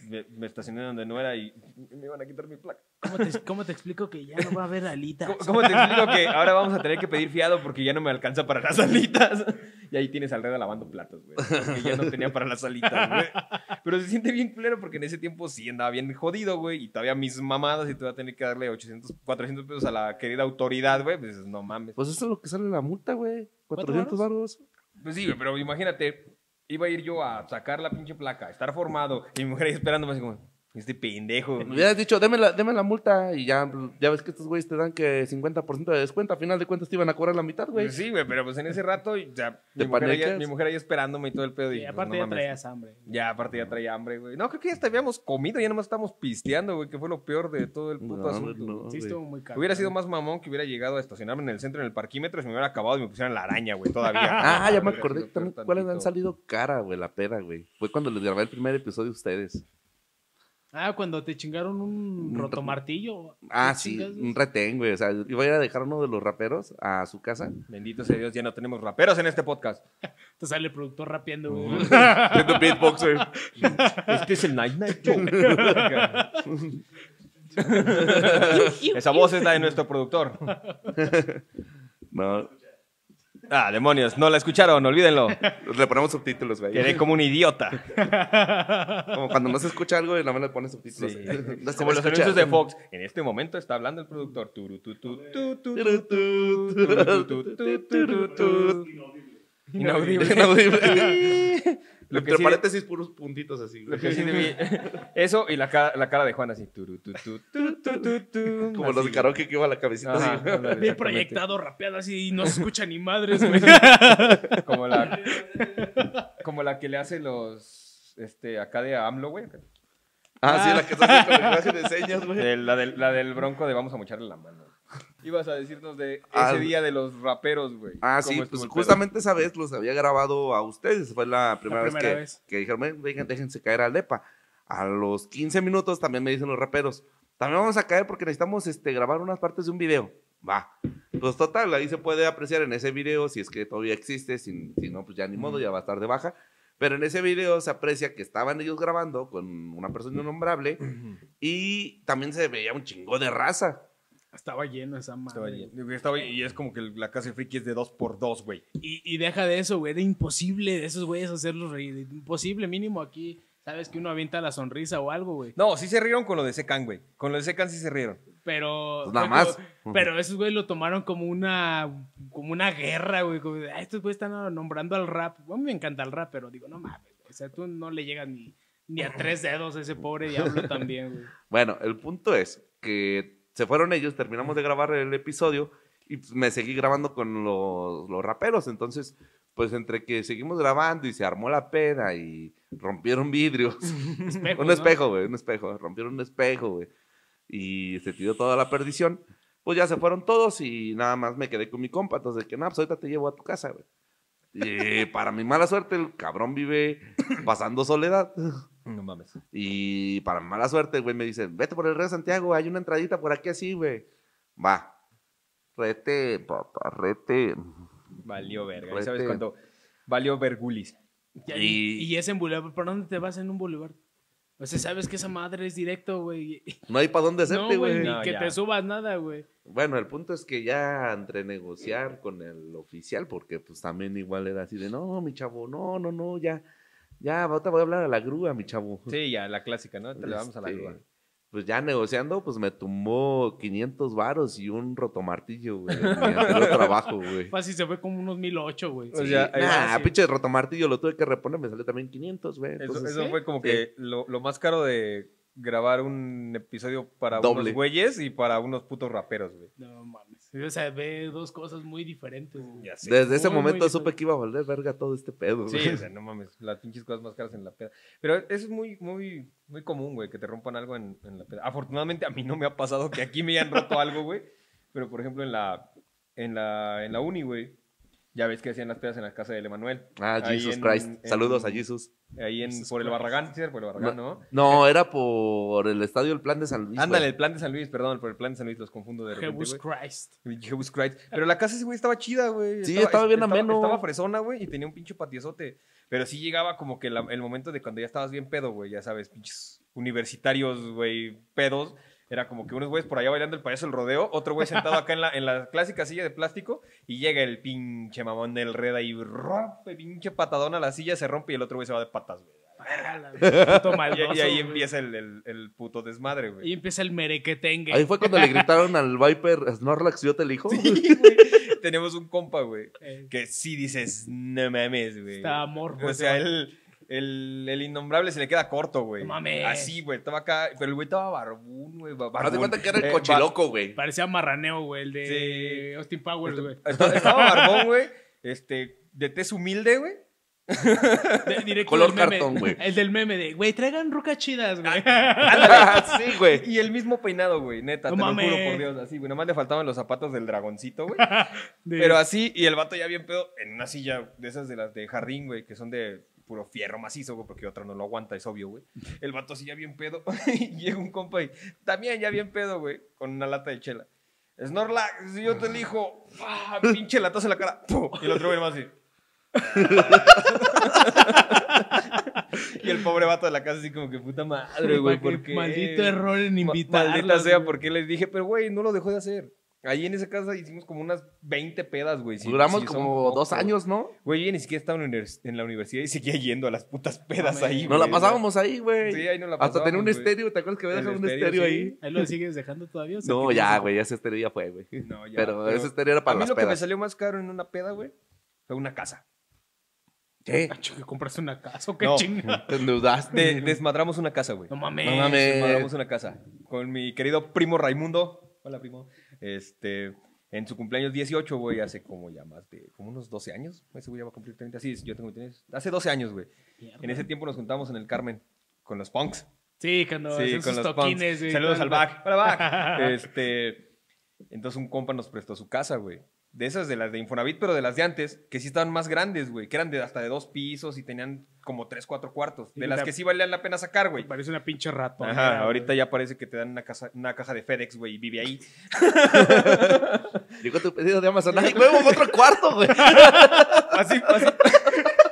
S1: me, me estacioné donde no era y me iban a quitar mi placa.
S3: ¿Cómo, te, cómo te explico que ya no va a haber alitas?
S1: ¿Cómo, cómo te explico que ahora vamos a tener que pedir fiado porque ya no me alcanza para las alitas? Y ahí tienes al rey lavando platos, güey. Porque ya no tenía para las alitas, güey. Pero se siente bien culero porque en ese tiempo sí andaba bien jodido, güey. Y todavía mis mamadas y te voy a tener que darle 800, 400 pesos a la querida autoridad, güey. Pues no mames.
S2: Pues eso es lo que sale en la multa, güey.
S3: ¿Cuatro
S2: 400 baros.
S1: Pues sí, güey, pero imagínate, iba a ir yo a sacar la pinche placa, estar formado. Y mi mujer ahí esperándome así como, este pendejo.
S2: Me hubieras dicho, deme la, deme la multa y ya, ya ves que estos güeyes te dan que 50% de descuento. A final de cuentas te iban a cobrar la mitad, güey.
S1: Pues sí, güey, pero pues en ese rato, o sea, mi
S2: ¿Te
S1: mujer, ahí-
S2: paniqueas?
S1: mi mujer ahí esperándome y todo el pedo.
S3: Sí,
S1: dije, pues,
S3: aparte
S1: no
S3: ya
S1: mames.
S3: traías hambre.
S1: Ya, aparte ya traía hambre, güey. No, creo que ya hasta habíamos comido, ya nomás estábamos pisteando, güey, que fue lo peor de todo el puto
S2: No,
S1: asunto.
S2: no, güey.
S3: Sí, estuvo muy caro.
S1: Hubiera sido más mamón que hubiera llegado a estacionarme en el centro, en el parquímetro, y se me hubiera acabado y me pusieran la araña, güey, todavía.
S2: Ah, ya me
S1: Hubiera
S2: acordé
S1: sido
S2: también
S1: peor
S2: cuáles han
S1: tantito.
S2: salido cara, güey, la peda, güey. Fue cuando les grabé el primer episodio a ustedes.
S3: Ah, cuando te chingaron un
S2: Un
S3: rotomartillo.
S2: Ah,
S3: ¿Te
S2: sí,
S3: chingas?
S2: un retén, güey. O sea, iba a ir a dejar a uno de los raperos a su casa.
S1: Bendito sea Dios, ya no tenemos raperos en este podcast.
S3: Te sale el productor rapeando, güey.
S2: Siendo beatboxer.
S1: Este es el Night Night Show. Esa voz es la de nuestro productor.
S2: No,
S1: Ah, demonios, no la escucharon, olvídenlo.
S2: le ponemos subtítulos, güey.
S1: Quedé como un idiota.
S2: Como cuando no se escucha algo y nada más le pones subtítulos.
S1: Sí.
S2: No se
S1: Como los
S2: escucha.
S1: anuncios de Fox. En este momento está hablando el productor. Turu, tu, tu, tu, tu, tu, tu, tu, tu, tu, tu. Inaudible.
S2: Inaudible.
S1: Lo que
S2: Entre
S1: sí-
S2: paréntesis, puros puntitos así,
S1: Lo
S2: güey.
S1: que sí debí- Eso y la cara, la cara de Juan así. Turu, tu, tu, tu, tu, tu, tu.
S2: Como los de
S1: Así.
S2: karaoke que iba a la cabecita
S1: Ajá,
S2: así.
S1: ándale,
S3: Bien
S1: exactamente.
S3: proyectado, rapeado así y no se escucha ni madres, güey.
S1: Como la, como la que le hace los. Este, acá de AMLO, güey.
S2: Ah, sí, la que está así con lenguaje de señas, güey.
S1: De la, del, la del bronco de vamos a mocharle la mano. Ibas a decirnos de ese
S2: Ah,
S1: día de los raperos, güey.
S2: Ah,
S1: ¿Cómo
S2: sí,
S1: estuvo
S2: pues
S1: el pedo?
S2: justamente esa vez los había grabado a ustedes. Fue la primera,
S3: primera
S2: vez,
S3: vez.
S2: que, que dijeron, "Ven, vengan, déjense caer al DEPA. A los 15 minutos también me dicen los raperos, también vamos a caer porque necesitamos este, grabar unas partes de un video. Va. Pues total, ahí se puede apreciar en ese video, si es que todavía existe, si, si no, pues ya ni modo, ya va a estar de baja. Pero en ese video se aprecia que estaban ellos grabando con una persona innombrable y también se veía un chingo de raza.
S3: Estaba lleno esa madre.
S1: Estaba allí.
S3: güey.
S1: Digo, estaba allí, y es como que la casa de friki es de 2 por 2 güey.
S3: Y, y deja de eso, güey. Era imposible de esos güeyes hacerlos reír. Imposible, mínimo aquí. Sabes que uno avienta la sonrisa o algo, güey.
S1: No, sí se rieron con lo de Secan, güey. Con lo de Secan sí se rieron.
S3: Pero.
S2: Pues nada
S3: pero-
S2: más.
S3: Pero esos güeyes lo tomaron como una. Como una guerra, güey. Como de, "Ah, estos güeyes están nombrando al rap. A mí me encanta el rap, pero digo, no mames. O sea, tú no le llegas ni, ni a tres dedos a ese pobre diablo también, güey.
S2: Bueno, el punto es que se fueron ellos, terminamos de grabar el episodio y pues, me seguí grabando con los, los raperos. Entonces, pues entre que seguimos grabando y se armó la peda y rompieron vidrios.
S3: Espejos,
S2: un
S3: ¿no?
S2: espejo, güey, un espejo. Rompieron un espejo, güey. Y se tiró toda la perdición. Pues ya se fueron todos y nada más me quedé con mi compa. Entonces, que nada, pues ahorita te llevo a tu casa, güey. Y para mi mala suerte, el cabrón vive pasando soledad.
S1: No mames.
S2: Y para mi mala suerte, güey, me dicen, vete por el Red Santiago, hay una entradita por aquí así, güey. Va. Rete, papá, rete.
S1: Valió verga. ¿Y
S2: Vete.
S1: sabes cuánto? Valió vergulis.
S3: Ya,
S2: Y-
S3: Y, y es en Boulevard. ¿Para dónde te vas en un Boulevard? O sea, sabes que esa madre es directo, güey.
S2: No hay para dónde hacerte,
S3: No, güey,
S2: güey.
S3: ni
S1: No,
S3: que
S1: ya.
S3: te subas nada, güey.
S2: Bueno, el punto es que ya entre negociar con el oficial, porque pues también igual era así de, no, mi chavo, no, no, no, ya. Ya, ahorita voy a hablar a la grúa, mi chavo.
S1: Sí, ya, la clásica, ¿no? Te le vamos a la
S2: Este,
S1: grúa.
S2: pues ya negociando, pues me tumbó 500 varos y un rotomartillo, güey. de mi anterior trabajo, güey.
S3: Pues sí, se fue como unos 1008, güey.
S1: O sea, ahí
S2: nah,
S1: va, sí.
S2: pinche rotomartillo lo tuve que reponer, me salió también 500, güey.
S1: Eso,
S2: Entonces,
S1: eso
S3: ¿sí?
S1: fue como
S2: pues, Sí.
S1: que lo, lo más caro de grabar un episodio para
S2: Doble.
S1: unos güeyes y para unos putos raperos, güey.
S3: No mames. O sea, ve dos cosas muy diferentes. güey.
S1: Ya sé.
S2: desde ese
S3: Muy, muy
S2: momento
S3: bien.
S2: supe que iba a valer verga todo este pedo,
S1: Sí,
S2: güey.
S1: o sea, no mames, las pinches cosas más caras en la peda. Pero eso es muy, muy, muy común, güey, que te rompan algo en, en la peda. Afortunadamente a mí no me ha pasado que aquí me hayan roto algo, güey. Pero, por ejemplo, en la, en la, en la uni, güey, ya ves que hacían las pedas en la casa del Emanuel.
S2: Ah,
S1: Ahí
S2: Jesus
S1: en-
S2: Christ.
S1: en-
S2: Saludos a Jesus.
S1: Ahí en,
S3: Jesus
S1: por el
S3: Christ.
S1: Barragán, ¿sí? era Por el Barragán, ¿no?
S2: No, era por el estadio El Plan de San Luis.
S1: Ándale,
S2: güey.
S1: el plan de San Luis, perdón, por el plan de San Luis los confundo de repente,
S3: Jebus
S1: güey.
S3: Christ.
S1: Jesus "Pues, Christ. Pero la casa ese güey estaba chida, güey.
S2: Sí, estaba bien ameno.
S1: Estaba fresona, güey, y tenía un pinche patiozote. Pero sí llegaba como que la- el momento de cuando ya estabas bien pedo, güey. Ya sabes, pinches universitarios, güey, pedos. Era como que unos güeyes por allá bailando el payaso el rodeo, otro güey sentado acá en la, en la clásica silla de plástico y llega el pinche mamón del red ahí, rompe, pinche patadón a la silla, se rompe y el otro güey se va de patas, güey.
S3: Ala, güey, puto
S1: Y,
S3: maldoso,
S1: y ahí
S3: güey.
S1: empieza el, el- el puto desmadre, güey.
S3: Ahí empieza el merequetengue.
S2: Ahí fue cuando le gritaron al Viper Snorlax, yo te elijo.
S1: Tenemos un compa, güey,
S3: Eh,
S1: que sí dices, no mames, güey.
S3: Está morbo.
S1: O sea, el, el, el innombrable se le queda corto, güey.
S3: No mames.
S1: Así, güey. Estaba acá. Pero el güey estaba barbún, güey. ba-
S2: Haz de
S1: barbún.
S2: cuenta que era
S1: Eh,
S2: el
S1: ba-
S2: cochiloco, güey.
S3: Parecía marraneo, güey, el de
S1: Sí. Este
S3: Austin Powers, güey.
S1: Estaba estaba barbón, güey. Este, de tez humilde, güey.
S3: De- directo
S2: Color
S3: del meme.
S2: cartón, güey.
S3: El del meme de, güey, traigan rucas chidas, güey.
S1: Ah.
S2: sí, güey.
S1: Y el mismo peinado, güey. Neta,
S3: No
S1: te
S3: mames.
S1: lo juro por Dios. Así, güey. Nomás le faltaban los zapatos del dragoncito, güey.
S3: De-
S1: Pero así, y el vato ya bien pedo en una silla de esas de las de jardín, güey, que son de puro fierro macizo, güey, porque otra no lo aguanta, es obvio, güey. El vato así ya bien pedo. y llega un compa y también ya bien pedo, güey, con una lata de chela. Snorlax, si yo te elijo, ¡Fua! pinche latazo en la cara. ¡pum! Y el otro güey más así. y el pobre vato de la casa así como que puta madre, güey,
S3: Pa' que
S1: porque
S3: Maldito error en invitar.
S1: Maldita sea, porque les dije, pero güey, no lo dejó de hacer. Ahí en esa casa hicimos como unas 20 pedas, güey. si-
S2: Duramos
S1: si son
S2: como dos
S1: pocos.
S2: años, ¿no?
S1: Güey, yo ni siquiera estaba en la univers- en la universidad y seguía yendo a las putas pedas
S3: Mames.
S1: ahí,
S2: Nos la
S1: güey.
S2: pasábamos ahí, güey.
S1: Sí, ahí nos la
S2: Hasta tenía
S1: pasábamos,
S2: un
S1: güey.
S2: estéreo, ¿te acuerdas que había
S1: El
S2: dejado un
S1: estéreo,
S2: estéreo
S1: sí.
S2: ahí?
S3: ¿Ahí lo sigues dejando todavía? o sea,
S2: No,
S3: ¿qué
S2: ya,
S3: tienes?
S2: güey, ese estéreo ya fue, güey.
S1: No, ya,
S2: Pero ese estéreo era para
S1: A mí
S2: las
S1: lo que me
S2: pedas.
S1: salió más caro en una peda, güey, fue una casa.
S2: ¿Qué?
S3: Ah, chico, ¿Compraste una casa o qué
S1: No.
S3: chinga?
S2: Te endeudaste.
S1: De- desmadramos una casa, güey.
S3: No mames.
S2: No mames.
S1: Desmadramos una casa. Con mi querido primo Raimundo. Hola, primo. Este, en su cumpleaños 18, güey, hace como ya más de, como unos 12 años. Ese güey ya va a cumplir 30. Sí, yo tengo 23. Hace 12 años, güey.
S3: Mierda.
S1: En ese tiempo nos juntamos en el Carmen con los punks.
S3: Sí, cuando
S1: sí,
S3: hacen
S1: con
S3: sus
S1: los
S3: toquines,
S1: punks.
S3: güey.
S1: Saludos al
S3: tal,
S1: Bac. Hola, Bac. Este, entonces un compa nos prestó su casa, güey. De esas de las de Infonavit, pero de las de antes, que sí estaban más grandes, güey. Que eran de hasta de dos pisos y tenían como tres, cuatro cuartos.
S3: Sí,
S1: De las
S3: la-
S1: que sí valían la pena sacar, güey.
S3: Parece una pinche ratona.
S1: Ajá, ahorita ya parece que te dan una, casa, una caja de FedEx, güey, y vive ahí.
S2: Llegó tu pedido de Amazon. ¡Ay, huevo, otro cuarto, güey!
S1: Así, así.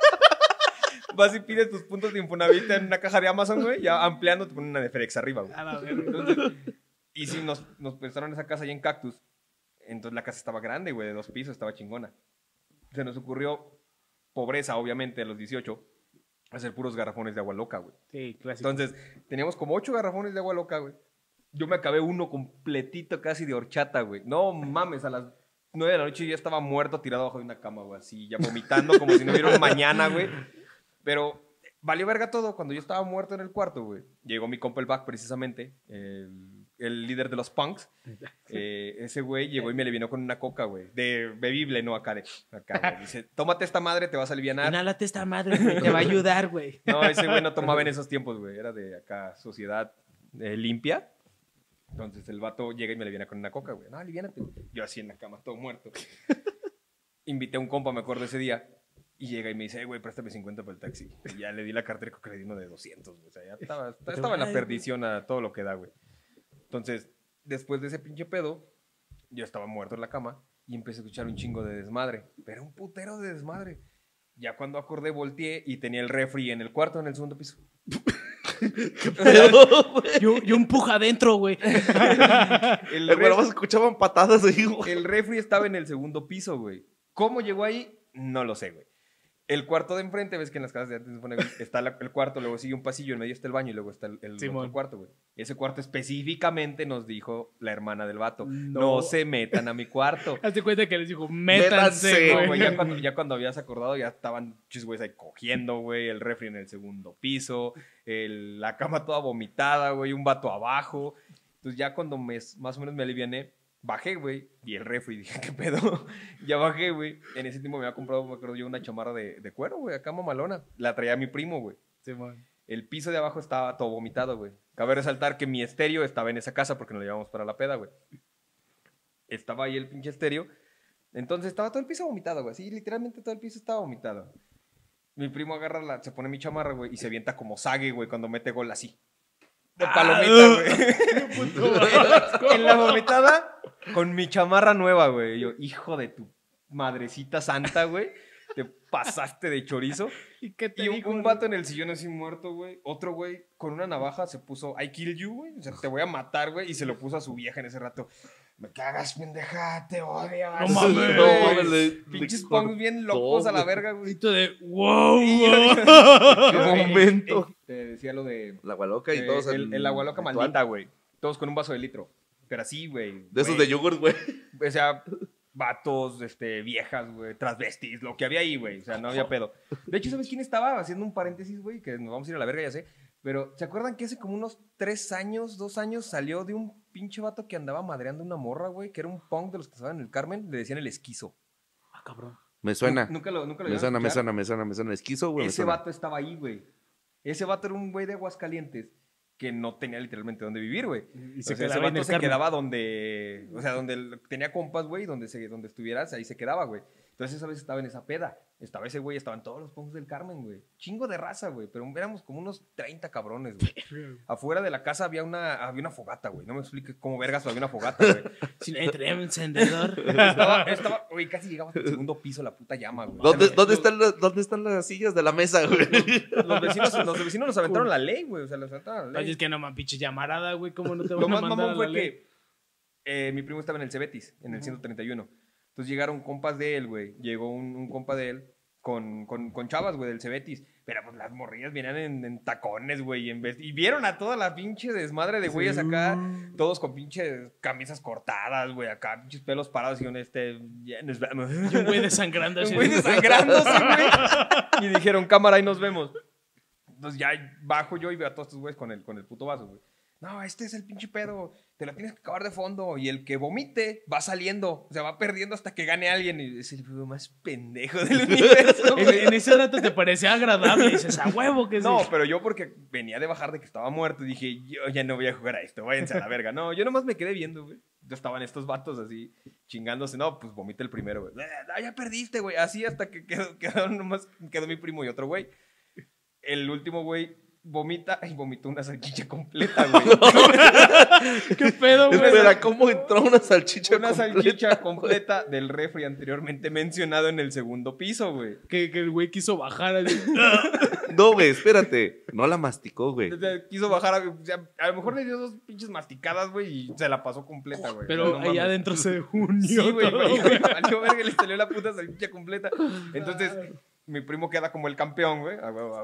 S1: Vas y pides tus puntos de Infonavit en una caja de Amazon, güey, ya ampliando te ponen una de FedEx arriba, güey.
S3: A la verga.
S1: Y sí, nos, nos prestaron esa casa allá en Cactus. Entonces la casa estaba grande, güey, de dos pisos, estaba chingona. Se nos ocurrió, pobreza, obviamente, a los 18, hacer puros garrafones de agua loca, güey.
S3: Sí, clásico.
S1: Entonces, teníamos como ocho garrafones de agua loca, güey. Yo me acabé uno completito casi de horchata, güey. No mames, a las nueve de la noche yo ya estaba muerto tirado abajo de una cama, güey, así, ya vomitando como si no hubiera un mañana, güey. Pero eh, valió verga todo. Cuando yo estaba muerto en el cuarto, güey, llegó mi compa el back precisamente, el, el líder de los punks. Eh, ese güey llegó y me le vino con una coca, güey, de bebible, no acá, de, acá güey. Dice, tómate esta madre, te vas a alivianar.
S3: Inhalate esta madre, güey. Te va a ayudar, güey.
S1: No, ese güey no tomaba en esos tiempos, güey. Era de acá, sociedad eh, limpia. Entonces el vato llega y me le viene con una coca, güey. No, aliviánate, güey. Yo así en la cama, todo muerto. Invité a un compa, me acuerdo ese día. Y llega y me dice, "Eh, güey, préstame 50 para el taxi. Y ya le di la cartera, creo que le di uno de 200, güey. O sea, ya estaba, estaba- estaba en la perdición a todo lo que da, güey. Entonces, después de ese pinche pedo, yo estaba muerto en la cama y empecé a escuchar un chingo de desmadre. Pero un putero de desmadre. Ya cuando acordé, volteé y tenía el refri en el cuarto, en el segundo piso.
S3: Yo, yo empuja adentro, güey.
S1: El,
S2: El
S1: refri-
S2: huevo escuchaban patadas ahí, güey.
S1: el refri estaba en el segundo piso, güey. ¿Cómo llegó ahí? No lo sé, güey. El cuarto de enfrente, ves que en las casas de antes se pone- está la- el cuarto, luego sigue un pasillo, en medio está el baño y luego está el, el
S3: Simón.
S1: otro cuarto, güey. Ese cuarto específicamente nos dijo la hermana del vato,
S3: No.
S1: no, se metan a mi cuarto.
S3: Hazte cuenta que les dijo,
S1: Sí,
S3: métanse,
S1: no,
S3: güey.
S1: güey, ya, cuando, ya cuando habías acordado, ya estaban chis güeyes ahí cogiendo, güey, el refri en el segundo piso, el- la cama toda vomitada, güey, un vato abajo. Entonces ya cuando me, más o menos me aliviané, bajé, güey, y el refri, dije, ¿qué pedo? ya bajé, güey. En ese tiempo me había comprado, me acuerdo yo, una chamarra de, de cuero, güey, acá mamalona. La traía mi primo, güey.
S3: Simón.
S1: El piso de abajo estaba todo vomitado, güey. Cabe resaltar que mi estéreo estaba en esa casa porque nos lo llevamos para la peda, güey. Estaba ahí el pinche estéreo. Entonces estaba todo el piso vomitado, güey. Sí, literalmente todo el piso estaba vomitado. Mi primo agarra la, se pone mi chamarra, güey, y se avienta como sague, güey, cuando mete gol así. De palomita, güey. en la vomitada, con mi chamarra nueva, güey. Y Yo, hijo de tu madrecita santa, güey. Te pasaste de chorizo.
S3: ¿Y qué te
S1: Y un,
S3: dijo?
S1: un
S3: güey?
S1: vato en el sillón así muerto, güey. Otro güey con una navaja se puso, I kill you, güey. O sea, te voy a matar, güey. Y se lo puso a su vieja en ese rato. Me cagas, pendeja, te odio.
S3: No
S1: Sí,
S3: mames,
S1: güey.
S3: no mames,
S2: le-
S1: Pinches
S2: le
S1: punks bien locos a la
S2: güey.
S1: verga, güey.
S3: Grito de, wow,
S1: Y yo
S3: wow.
S1: dije,
S2: Qué momento.
S1: Te decía lo de.
S2: La gualoca y
S1: eh,
S2: todos.
S1: el,
S2: en-
S1: el agua loca
S2: ritual.
S1: maldita, güey. Todos con un vaso de litro. Pero así, güey.
S2: De esos
S1: güey.
S2: de yogurt, güey.
S1: O sea, vatos, este, viejas, güey, transvestis, lo que había ahí, güey. O sea, no había pedo. De hecho, ¿sabes quién estaba? Haciendo un paréntesis, güey, que nos vamos a ir a la verga, ya sé. Pero, ¿se acuerdan que hace como unos tres años, dos años, salió de un pinche vato que andaba madreando una morra, güey, que era un punk de los que estaban en el Carmen? Le decían el esquizo.
S3: Ah, cabrón.
S2: Me suena.
S1: Nunca lo, nunca lo llegaron
S2: Me
S1: a
S2: suena, me
S1: escuchar?
S2: suena, me suena, me suena. Esquizo, güey. me
S1: Ese
S2: suena.
S1: vato estaba ahí, güey. Ese vato era un güey de Aguascalientes que no tenía literalmente dónde vivir, güey.
S3: Y
S1: O sea, ese vato se quedaba donde, o sea, donde el- tenía compas, güey, donde, se- donde estuvieras, ahí se quedaba, güey. Entonces esa vez estaba en esa peda. Estaba ese güey, estaban todos los punks del Carmen, güey. Chingo de raza, güey. Pero éramos como unos 30 cabrones, güey. Afuera de la casa había una, había una fogata, güey. No me expliques cómo vergas había una fogata, güey.
S3: Si no traía un encendedor.
S1: Estaba, estaba, güey, casi llegamos al segundo piso la puta llama, güey.
S2: ¿Dónde,
S1: O sea,
S2: dónde
S1: los-
S2: están las, ¿Dónde están las sillas de la mesa, güey?
S1: Los vecinos, los vecinos nos aventaron la ley, güey. O sea, nos aventaron la
S3: Oye,
S1: ley.
S3: es que no mames, pinche llamarada, güey. ¿Cómo no te van
S1: Lo
S3: a
S1: más
S3: mandar a
S1: mamón
S3: la
S1: fue
S3: ley?
S1: que eh, mi primo estaba en el Cebetis, en el 131. Entonces llegaron compas de él, güey. Llegó un, un compa de él con, con, con chavas, güey, del Cebetis. Pero pues las morrillas venían en, en tacones, güey. Y, en vest- y vieron a toda la pinche desmadre de güeyes acá. Todos con pinches camisas cortadas, güey. Acá pinches pelos parados y un este... "Ya nos vamos".
S3: Y un güey desangrando.
S1: Un
S3: así.
S1: güey desangrándose, güey. Y dijeron, cámara, ahí nos vemos. Entonces ya bajo yo y veo a todos estos güeyes con el, con el puto vaso, güey. No, este es el pinche pedo. Te lo tienes que acabar de fondo. Y el que vomite va saliendo. O sea, va perdiendo hasta que gane alguien. Y es el pedo más pendejo del universo. güey.
S3: En, en ese rato te parecía agradable. Y dices, a huevo que sí.
S1: No, pero yo porque venía de bajar de que estaba muerto, dije, yo ya no voy a jugar a esto, váyanse a la verga. No, yo nomás me quedé viendo, güey. Yo Estaban estos vatos así, chingándose. No, pues vomita el primero, güey. Ah, ya perdiste, güey. Así hasta que quedó, quedaron nomás, quedó mi primo y otro güey. El último, güey, vomita y vomitó una salchicha completa, güey.
S3: ¿Qué pedo, güey?
S2: Espera, ¿cómo entró una salchicha?
S1: una
S2: completa?
S1: salchicha completa del refri anteriormente mencionado en el segundo piso, güey.
S3: Que, que el güey quiso bajar. así.
S2: No, güey, espérate. No la masticó, güey.
S1: O sea, Quiso bajar, a, o sea, a lo mejor le dio dos pinches masticadas, güey, y se la pasó completa, güey. O
S3: Pero
S1: sea, no
S3: allá
S1: mames.
S3: adentro se unió.
S1: Sí, güey,
S3: todo,
S1: güey.
S3: güey.
S1: Valió verga, le salió la puta salchicha completa. Entonces, mi primo queda como el campeón, güey. Ah, güey, güey,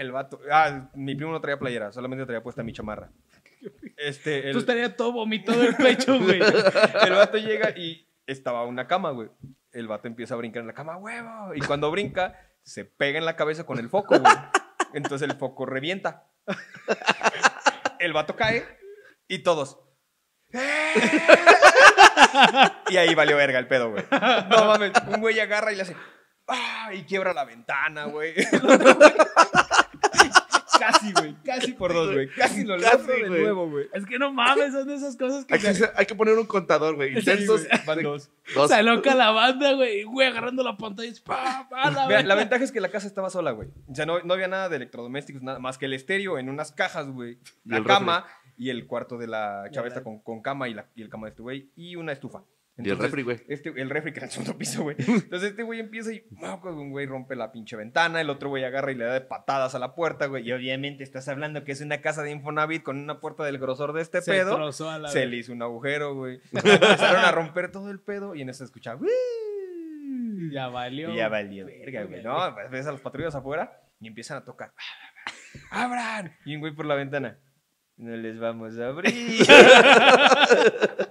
S1: El vato. Ah, mi primo no traía playera, solamente traía puesta mi chamarra. Este,
S3: Tú
S1: el,
S3: estarías todo vomitado el pecho, güey.
S1: el vato llega y estaba una cama, güey. El vato empieza a brincar en la cama, huevo. Y cuando brinca, se pega en la cabeza con el foco, güey. Entonces el foco revienta. El vato cae y todos. "¡Eh!". Y ahí valió verga el pedo, güey. No mames, un güey agarra y le hace. "Ah", Y quiebra la ventana, güey. casi, güey. Casi por dos, güey. Casi lo
S2: Casi,
S1: lanzo de
S2: güey.
S1: nuevo, güey.
S3: Es que no mames, son de esas cosas que
S2: Hay que,
S3: se,
S2: hacer- hay que poner un contador, güey. Intensos.
S1: Van dos.
S2: Dos.
S3: se aloca la banda, güey. Y Güey, agarrando la pantalla y dice, pa, pa,
S1: Mira,
S3: la verga.
S1: la ventaja es que la casa estaba sola, güey. O sea, no, no había nada de electrodomésticos, nada más que el estéreo en unas cajas, güey.
S2: Y
S1: La
S2: el
S1: cama y el cuarto de la
S3: la-
S1: chaveta con, con cama y, la, y el cama de este güey y una estufa.
S2: Y el refri, güey.
S1: Este, el refri que era el segundo piso, güey. Entonces este güey empieza y moco, un güey rompe la pinche ventana, el otro güey agarra y le da de patadas a la puerta, güey. Y obviamente estás hablando que es una casa de Infonavit con una puerta del grosor de este
S3: se
S1: pedo.
S3: trozó a la
S1: Se
S3: verga.
S1: le hizo un agujero, güey. Empezaron a romper todo el pedo y en eso escuchaba.
S3: Ya valió.
S1: Y ya valió verga, güey. No, pues, ves a los patrullas afuera y empiezan a tocar. ¡Abran! Y un güey por la ventana. No les vamos a abrir.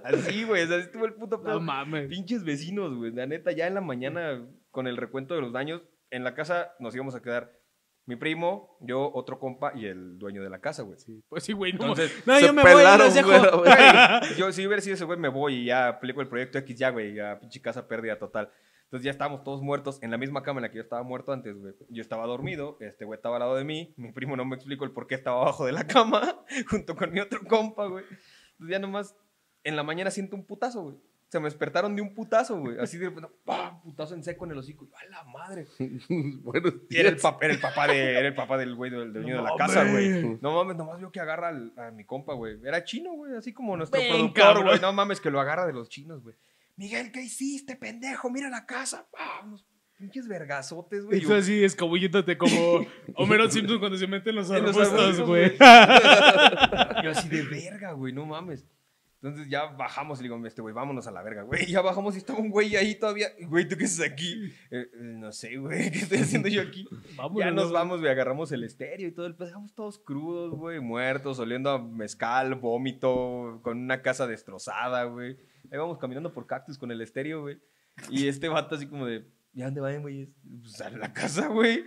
S1: así, güey. o sea, Así estuvo el puto
S3: No
S1: pedo.
S3: mames.
S1: Pinches vecinos, güey. La neta, ya en la mañana, con el recuento de los daños, en la casa nos íbamos a quedar mi primo, yo, otro compa y el dueño de la casa, güey.
S3: Sí, pues sí, güey. No,
S1: Entonces,
S3: no
S2: se
S3: yo me voy,
S2: pelaron,
S3: los dejo.
S2: güey, güey.
S1: Güey, yo si hubiera sido ese güey, me voy y ya aplico el proyecto X ya, güey, ya pinche casa pérdida total. Entonces ya estábamos todos muertos en la misma cama en la que yo estaba muerto antes, güey. Yo estaba dormido, este güey estaba al lado de mí, mi primo no me explico el por qué estaba abajo de la cama, junto con mi otro compa, güey. Entonces ya nomás, en la mañana siento un putazo, güey. Se me despertaron de un putazo, güey. Así de repente, ¡pam! Putazo en seco en el hocico. Y yo, ¡A la madre!
S2: Buenos
S1: Y era el,
S2: días.
S1: pap- era el papá de, era el papá del güey del dueño
S2: No
S1: de la casa, güey.
S2: mames.
S1: No mames, nomás vio que agarra al- a mi compa, güey. Era chino, güey, así como nuestro
S3: Ven,
S1: productor,
S3: cabrón.
S1: güey. No mames, que lo agarra de los chinos, güey. Miguel, ¿qué hiciste, pendejo? Mira la casa. Ah, unos pinches vergazotes, güey.
S3: Eso así, escabullétate como Homero Simpson cuando se meten los
S1: En los
S3: arbustos,
S1: arbustos,
S3: güey.
S1: güey. Yo así de verga, güey, no mames. Entonces ya bajamos y le digo, este güey, vámonos a la verga, güey. Y Ya bajamos y estaba un güey ahí todavía. Güey, ¿tú qué haces aquí? "Eh, eh, no sé, güey, ¿qué estoy haciendo yo aquí?
S3: Vámonos,
S1: Ya nos
S3: ¿no?
S1: vamos, güey, agarramos el estéreo y todo. Empezamos todos crudos, güey, muertos, oliendo a mezcal, vómito, con una casa destrozada, güey. Ahí vamos caminando por cactus con el estéreo, güey. Y este vato así como de, ¿ya dónde vayan, güey? Pues a la casa, güey.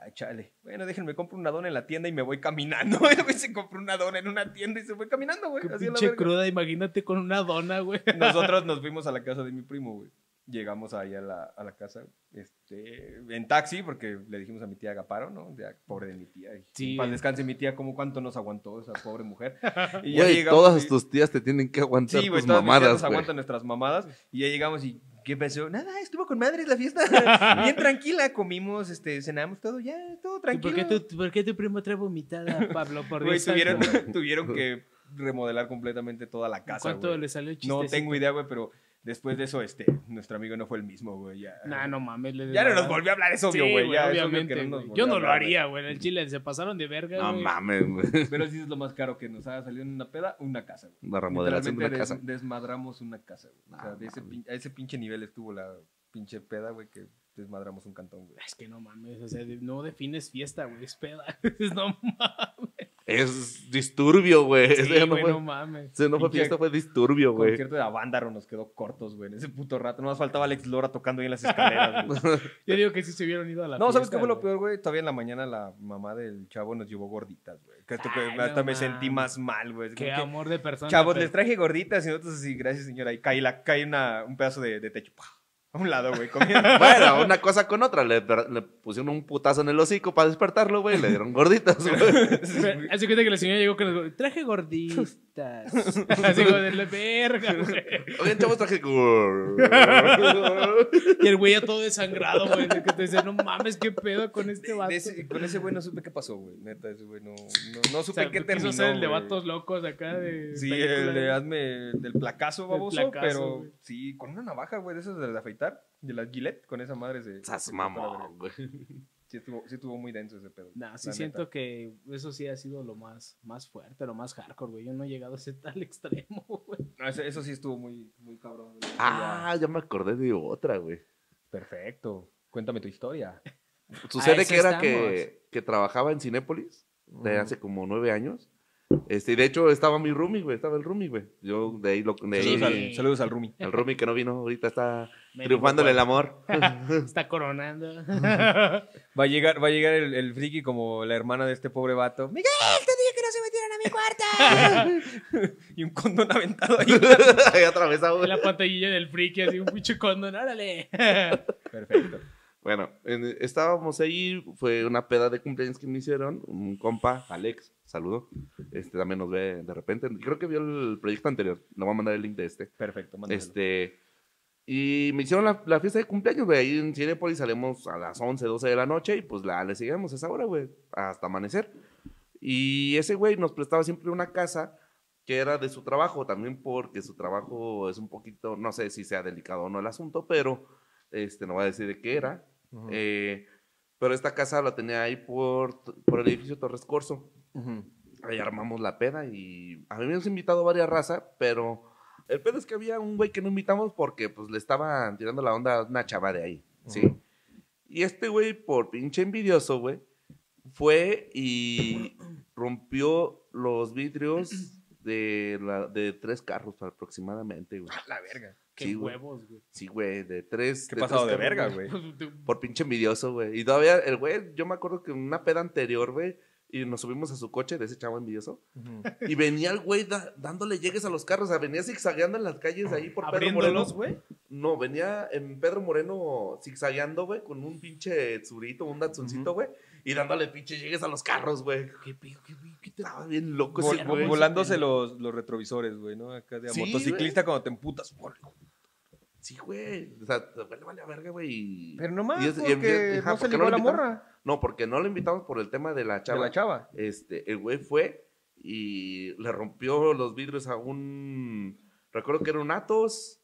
S1: Ah, chale. Bueno, déjenme, compro una dona en la tienda y me voy caminando. El güey se compró una dona en una tienda y se fue caminando, güey.
S3: Qué
S1: así a la
S3: pinche
S1: verga.
S3: cruda, imagínate con una dona, güey.
S1: Nosotros nos fuimos a la casa de mi primo, güey. Llegamos ahí a la, a la casa, este, en taxi, porque le dijimos a mi tía Agaparo, ¿no? Ya, pobre de mi tía. Y
S3: Sí.
S1: en paz descanse mi tía, como cuánto nos aguantó esa pobre mujer. Y ya
S2: Güey,
S1: llegamos
S2: todas
S1: y-
S2: tus tías te tienen que aguantar
S1: Sí, güey,
S2: tus
S1: todas mis tías
S2: mamadas,
S1: nos
S2: güey.
S1: aguantan nuestras mamadas. Y ya llegamos y, ¿qué pasó? Nada, estuvo con madres la fiesta. Bien tranquila, comimos, este, cenamos todo, ya, todo
S3: ¿Y
S1: tranquilo.
S3: por qué, tu, por qué tu primo trae vomitada, Pablo? Por
S1: Güey,
S3: Dios
S1: tuvieron,
S3: santo?
S1: tuvieron que remodelar completamente toda la casa,
S3: ¿Cuánto
S1: güey.
S3: le salió el chiste?
S1: No tengo idea, güey, pero después de eso, este, nuestro amigo no fue el mismo, güey. Ya,
S3: Nah, no mames. le-
S1: ya no nos volvió a hablar, es obvio,
S3: Sí,
S1: güey. ya, es obvio
S3: obviamente.
S1: que no nos
S3: güey.
S1: volvió
S3: Yo
S1: a
S3: no lo
S1: hablar,
S3: haría, güey. En el Chile se pasaron de verga,
S2: No
S3: güey.
S2: mames, güey.
S1: güey. Pero sí es lo más caro que nos ha salido en una peda, una casa, güey.
S2: La remodelación de una
S1: Literalmente
S2: casa.
S1: des- desmadramos una casa, güey. O sea,
S2: Ah,
S1: de ese
S2: mames.
S1: pin- a ese pinche nivel estuvo la pinche peda, güey, que desmadramos un cantón, güey.
S3: Es que no mames, o sea, de- no defines fiesta, güey, es peda. Es no mames.
S2: Es disturbio, güey. Eso
S3: Sí,
S2: ya no
S3: güey,
S2: fue-
S3: no mames.
S2: eso no fue
S1: Pinche-
S2: fiesta, fue disturbio,
S1: El
S2: güey.
S1: concierto de Avándaro nos quedó cortos, güey. En ese puto rato. Nomás faltaba Alex Lora tocando ahí en las escaleras, güey.
S3: Yo digo que sí se hubieran ido a la
S1: No, ¿sabes qué
S3: fiesta,
S1: fue lo
S3: güey.
S1: peor, güey? Todavía en la mañana la mamá del chavo nos llevó gorditas, güey. Que esto que
S3: Ay,
S1: hasta
S3: no
S1: me sentí más
S3: mames.
S1: mal, güey.
S3: Qué
S1: Como que,
S3: amor de persona.
S1: Chavos,
S3: pero-
S1: les traje gorditas y nosotros así, gracias señora. Y cae, la, cae una, un pedazo de, de techo. ¡pah! A un lado, güey, comiendo.
S2: Bueno, una cosa con otra. Le, le pusieron un putazo en el hocico para despertarlo, güey. y Le dieron gorditas, güey.
S3: Pero, Hace cuenta que la señora llegó con el traje gorditas. Así como de la verga, güey.
S2: Oigan, chavos, traje.
S3: Y el güey ya todo desangrado, güey. de Que te dice, no mames, qué pedo con este
S1: De-
S3: vato.
S1: de ese- con ese güey no supe qué pasó, güey. Neta, ese güey no, no, no
S3: O
S1: supe
S3: sea, pues,
S1: qué
S3: quiso
S1: terminó.
S3: ser el de
S1: güey.
S3: vatos locos acá de.
S1: Sí,
S3: película,
S1: el de
S3: güey.
S1: hazme del placazo baboso,
S3: placazo,
S1: pero
S3: güey.
S1: sí, con una navaja, güey, de esas de, de afeitar, de la Gillette, con esa madre se.
S2: Sas
S1: se cortó la verga.
S2: mamón, güey.
S1: Sí estuvo, sí estuvo muy denso ese pedo.
S3: Nah, sí
S1: la
S3: siento
S1: neta.
S3: que eso sí ha sido lo más, más fuerte, lo más hardcore, güey. Yo no he llegado a ese tal extremo, güey.
S1: No, ese- eso sí estuvo muy, muy cabrón. güey.
S2: Ah, ya me acordé de otra, güey.
S1: Perfecto. Cuéntame tu historia.
S2: Sucede
S3: eso
S2: que era
S3: estamos.
S2: que, que trabajaba en Cinépolis de hace como nueve años. Este, y de hecho estaba mi roomie, güey. Estaba el roomie, güey. Yo de ahí lo. De ahí-
S1: Saludos, al, saludos al Rumi.
S2: el roomie que no vino ahorita está
S3: Menos
S2: triunfándole el
S3: mal.
S2: amor.
S3: Está coronando.
S1: Va a llegar, va a llegar el, el friki como la hermana de este pobre vato. Miguel, te dije que no se metieran a mi cuarto. y un condón aventado ahí.
S2: Ahí atravesado, güey.
S3: la pantallilla del friki, así un pinche condón, órale.
S1: Perfecto.
S2: Bueno, en- estábamos ahí, fue una peda de cumpleaños que me hicieron, un compa, Alex, saludo, este también nos ve de repente, creo que vio el proyecto anterior, le voy a mandar el link de este,
S1: Perfecto, mándalo.
S2: este, y me hicieron la, la fiesta de cumpleaños, güey, ahí en Cinepolis salimos a las 11, 12 de la noche y pues la, le seguíamos a esa hora, güey, hasta amanecer, y ese güey nos prestaba siempre una casa que era de su trabajo, también porque su trabajo es un poquito, no sé si sea delicado o no el asunto, pero este, no voy a decir de qué era,
S1: Ujú.
S2: eh, pero esta casa la tenía ahí por, por el edificio Torres Corso.
S1: Ujú.
S2: Ahí armamos la peda y habíamos invitado varias razas, pero el pedo es que había un güey que no invitamos porque pues le estaban tirando la onda a una chava de ahí. ¿sí? Y este güey, por pinche envidioso, güey, fue y rompió los vidrios de, la- de tres carros aproximadamente, güey.
S1: La verga.
S3: Qué
S2: Sí, güey.
S3: huevos, güey.
S2: Sí, güey, de tres.
S1: Qué
S2: tres
S1: pasado de
S2: carros,
S1: verga, güey.
S2: Por pinche envidioso, güey. Y todavía el güey, yo me acuerdo que en una peda anterior, güey, y nos subimos a su coche de ese chavo envidioso. Y venía el güey da- dándole llegues a los carros. O sea, venía zigzagueando en las calles ahí por Pedro Moreno.
S3: Abriéndolos, güey.
S2: No, venía en Pedro Moreno zigzagueando, güey, con un pinche tsurito, un datsuncito, güey. Y dándole pinche llegues a los carros, güey.
S3: Qué pedo, qué pedo, qué tal.
S2: Estaba bien loco
S1: Vol-
S2: ese
S1: vol-
S2: güey.
S1: volándose los, los retrovisores, güey, ¿no? Acá de a
S2: Sí,
S1: motociclista cuando te emputas. por-
S2: Sí, güey. O sea, vale, vale a verga, güey. y-
S1: Pero nomás,
S2: y es- y
S1: porque
S2: empieza- ajá,
S1: no se
S2: ¿por qué
S1: ligó a la
S2: invitaron?
S1: morra.
S2: No, porque no lo invitamos por el tema de la
S1: De
S2: chava.
S1: la chava.
S2: Este, el güey fue y le rompió los vidrios a un. Recuerdo que era un Atos,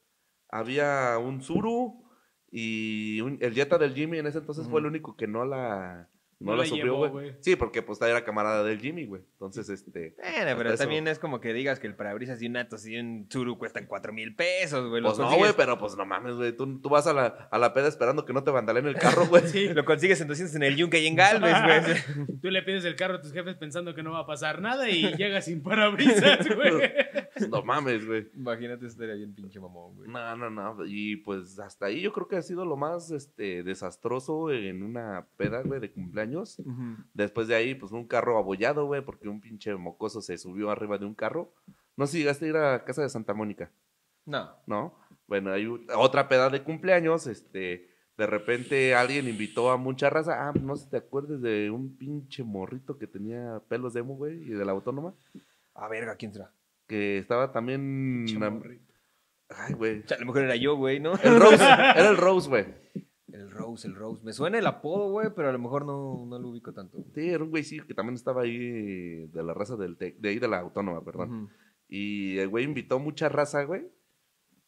S2: había un Zuru y un- el Jetta del Jimmy en ese entonces fue el único que no la. No,
S3: No
S2: la
S3: la
S2: subió,
S3: llevó,
S2: güey.
S3: güey.
S2: Sí, porque pues era camarada del Jimmy, güey. Entonces, este.
S1: Bueno, pero
S2: Hasta
S1: también es como que digas que el parabrisas y un Atos y un Tsuru cuestan cuatro mil pesos, güey. los
S2: Pues no,
S1: consigues-
S2: güey, pero pues no mames, güey. Tú, tú vas a la, a la peda esperando que no te vandalen el carro, güey.
S3: Sí.
S1: Lo consigues en 200 en el Yunque y en Galvez, güey.
S3: Tú le pides el carro a tus jefes pensando que no va a pasar nada y llegas sin parabrisas, güey.
S2: No mames, güey.
S1: Imagínate, estaría bien pinche mamón, güey.
S2: No, no, no. Y pues hasta ahí yo creo que ha sido lo más este, desastroso en una peda, güey, de cumpleaños. Después de ahí, pues un carro abollado, güey, porque un pinche mocoso se subió arriba de un carro. No sé si llegaste a ir a casa de Santa Mónica,
S1: No.
S2: ¿no? Bueno, hay u- otra peda de cumpleaños, este. De repente alguien invitó a mucha raza. Ah, no sé si te acuerdes de un pinche morrito que tenía pelos de emo, güey, y de la autónoma.
S1: A verga, ¿quién será?
S2: Que estaba también.
S3: Chamorrito.
S2: Ay, güey.
S1: A lo mejor era yo, güey, ¿no?
S2: El Rose, era el Rose, güey.
S1: El Rose, el Rose. Me suena el apodo, güey, pero a lo mejor no, no lo ubico tanto. güey.
S2: Sí, era un güey sí, que también estaba ahí de la raza del Tec, de ahí de la autónoma, perdón.
S1: Ujú.
S2: Y el güey invitó mucha raza, güey,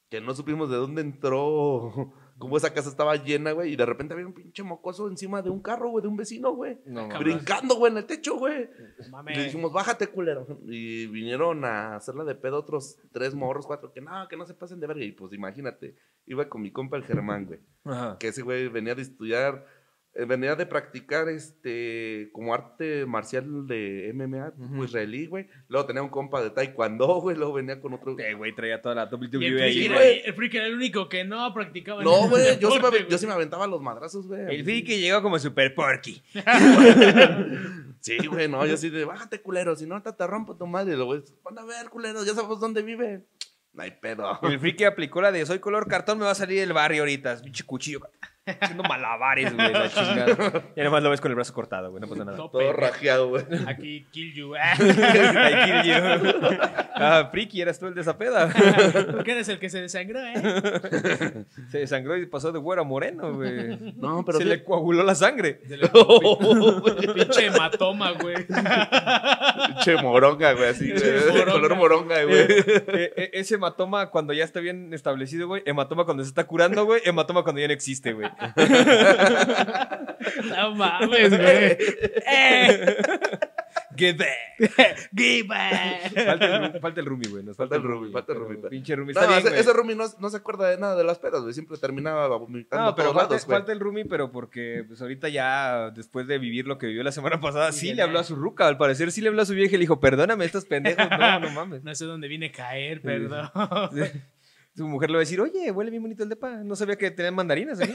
S2: que no supimos de dónde entró, cómo esa casa estaba llena, güey, y de repente había un pinche mocoso encima de un carro, güey, de un vecino, güey.
S1: No,
S3: Cabrón.
S2: Brincando, güey, en el techo, güey. Y
S3: Mames.
S2: le dijimos, bájate, culero. Y vinieron a hacerla de pedo otros tres morros, cuatro, que no, que no se pasen de verga. Y pues imagínate, iba con mi compa el Germán, güey
S1: Ajá.
S2: que ese güey venía de estudiar, eh, venía de practicar este como arte marcial de MMA tipo
S1: Ujú.
S2: israelí, güey. Luego tenía un compa de taekwondo, güey, luego venía con otro.
S1: Eh, güey, traía toda la
S3: Y
S1: WWE
S3: el,
S1: ahí,
S3: freak
S2: güey.
S3: era, el freak era el único que no practicaba.
S2: No,
S3: ningún
S2: güey, yo, sí me,
S3: deporte,
S2: aven- yo
S3: güey.
S2: sí me aventaba los madrazos, güey.
S1: El Vicky llegó como Super Porky.
S2: Sí, güey, no, yo sí de, bájate, culero, si no ahorita te rompo tu madre. Y los güeyes, van a ver, culero, ya sabemos dónde vive. No hay pedo.
S1: El friki aplicó la de soy color cartón, me va a salir del barrio ahorita. Es Pinche cuchillo. Haciendo malabares, güey, la chingada. Y además lo ves con el brazo cortado, güey, no pasa nada.
S3: No,
S2: Todo
S3: pendejo.
S2: rajeado, güey.
S3: Aquí, kill you. Ah.
S1: I kill you. Ah, friki, eras tú el de esa peda.
S3: Porque eres el que se desangró, ¿eh?
S1: Se desangró y pasó de güero a moreno, güey.
S2: No, pero
S1: Se
S2: sí-
S1: le coaguló la sangre.
S3: De la- Pinche hematoma, güey.
S2: Che moronga, güey, así, güey.
S3: Che moronga.
S2: Color moronga, güey.
S1: Eh, eh, eh, ese hematoma cuando ya está bien establecido, güey. Hematoma cuando se está curando, güey. Hematoma cuando ya no existe, güey.
S3: No mames, güey. Eh,
S1: Get back.
S3: give back.
S1: Falta el, ru- falta el rumi, güey. Nos falta,
S2: Falta el rumi, falta el
S1: pero
S2: rumita.
S1: Pinche rumi.
S2: No,
S1: Está bien,
S2: ese,
S1: güey.
S2: ese Rumi no, no se acuerda de nada de las pedas, güey. Siempre terminaba vomitando
S1: No, pero
S2: todos
S1: falta,
S2: lados, güey.
S1: falta el Rumi, pero porque pues ahorita ya, después de vivir lo que vivió la semana pasada,
S3: Sí,
S1: sí
S3: ya
S1: le habló
S3: no.
S1: a su ruca. Al parecer sí le habló a su vieja y le dijo, perdóname, estos pendejos, no, no mames.
S3: No sé dónde vine a caer,
S1: Sí.
S3: perdón.
S1: Su mujer le va a decir, oye, huele bien bonito el depa. No sabía que tenían mandarinas aquí.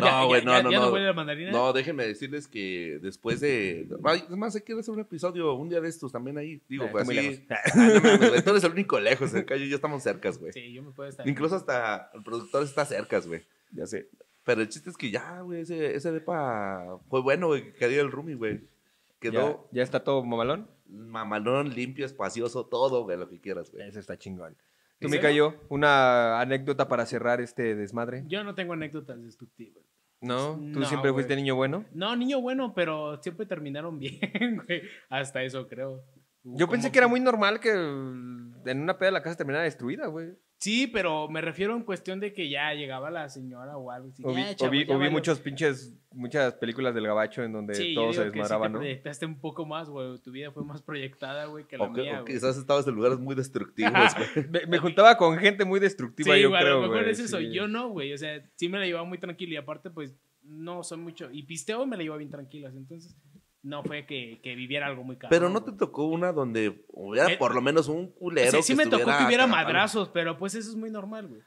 S2: No, güey, no,
S3: ya,
S2: no,
S3: ya
S2: no.
S3: huele a mandarina?
S2: No, déjenme decirles que después de. Ay, Es más, hay que hacer un episodio un día de estos también ahí. Digo,
S1: Ah,
S2: pues
S1: está muy
S2: así.
S1: lejos.
S2: Ah, no mames, güey, Tú eres el único lejos, acá yo y yo estamos cercas, güey.
S3: Sí, yo me puedo estar.
S2: Incluso hasta el productor está cercas, güey. Ya sé. Pero el chiste es que ya, güey, ese, ese depa fue bueno, güey, que quería el Rumi,
S1: ¿Ya,
S2: güey. Quedó
S1: ya está todo mamalón.
S2: mamalón, limpio, espacioso, todo, güey, lo que quieras, güey.
S1: Eso está chingón.
S3: ¿En
S1: Tú me
S3: serio?
S1: cayó una anécdota para cerrar este desmadre.
S3: Yo no tengo anécdotas destructivas.
S1: ¿No? ¿Tú
S3: No,
S1: siempre fuiste
S3: güey.
S1: niño bueno?
S3: No, niño bueno, pero siempre terminaron bien, güey. Hasta eso creo.
S1: Yo pensé que era muy normal que mm, en una peda la casa terminara destruida, güey.
S3: Sí, pero me refiero en cuestión de que ya llegaba la señora o algo. así,
S1: O vi,
S3: "Ya,
S1: o
S3: chavos,
S1: vi-
S3: ya
S1: o vi
S3: valió".
S1: muchos pinches, muchas películas del gabacho en donde
S3: Sí, yo
S1: todo se
S3: digo que sí
S1: desmadraba,
S3: te
S1: ¿no?
S3: proyectaste un poco más, güey. Tu vida fue más proyectada, güey, que la
S2: O, que-
S3: mía,
S2: o
S3: güey.
S2: quizás estabas en lugares muy destructivos, güey.
S1: Me, me juntaba con gente muy
S3: Sí,
S1: destructiva,
S3: güey,
S1: yo
S3: a
S1: creo,
S3: lo mejor
S1: güey,
S3: es eso.
S1: sí.
S3: Yo no, güey. O sea, sí me la llevaba muy tranquila. Y aparte, pues, no soy mucho. Y pisteo me la llevaba bien tranquila. Entonces, no fue que, que viviera algo muy caro.
S2: Pero no te tocó una donde hubiera
S3: Eh,
S2: por lo menos un culero.
S3: Sí, sí
S2: que
S3: me tocó que
S2: estuviera
S3: hubiera
S2: atrapado.
S3: madrazos, pero pues eso es muy normal, güey.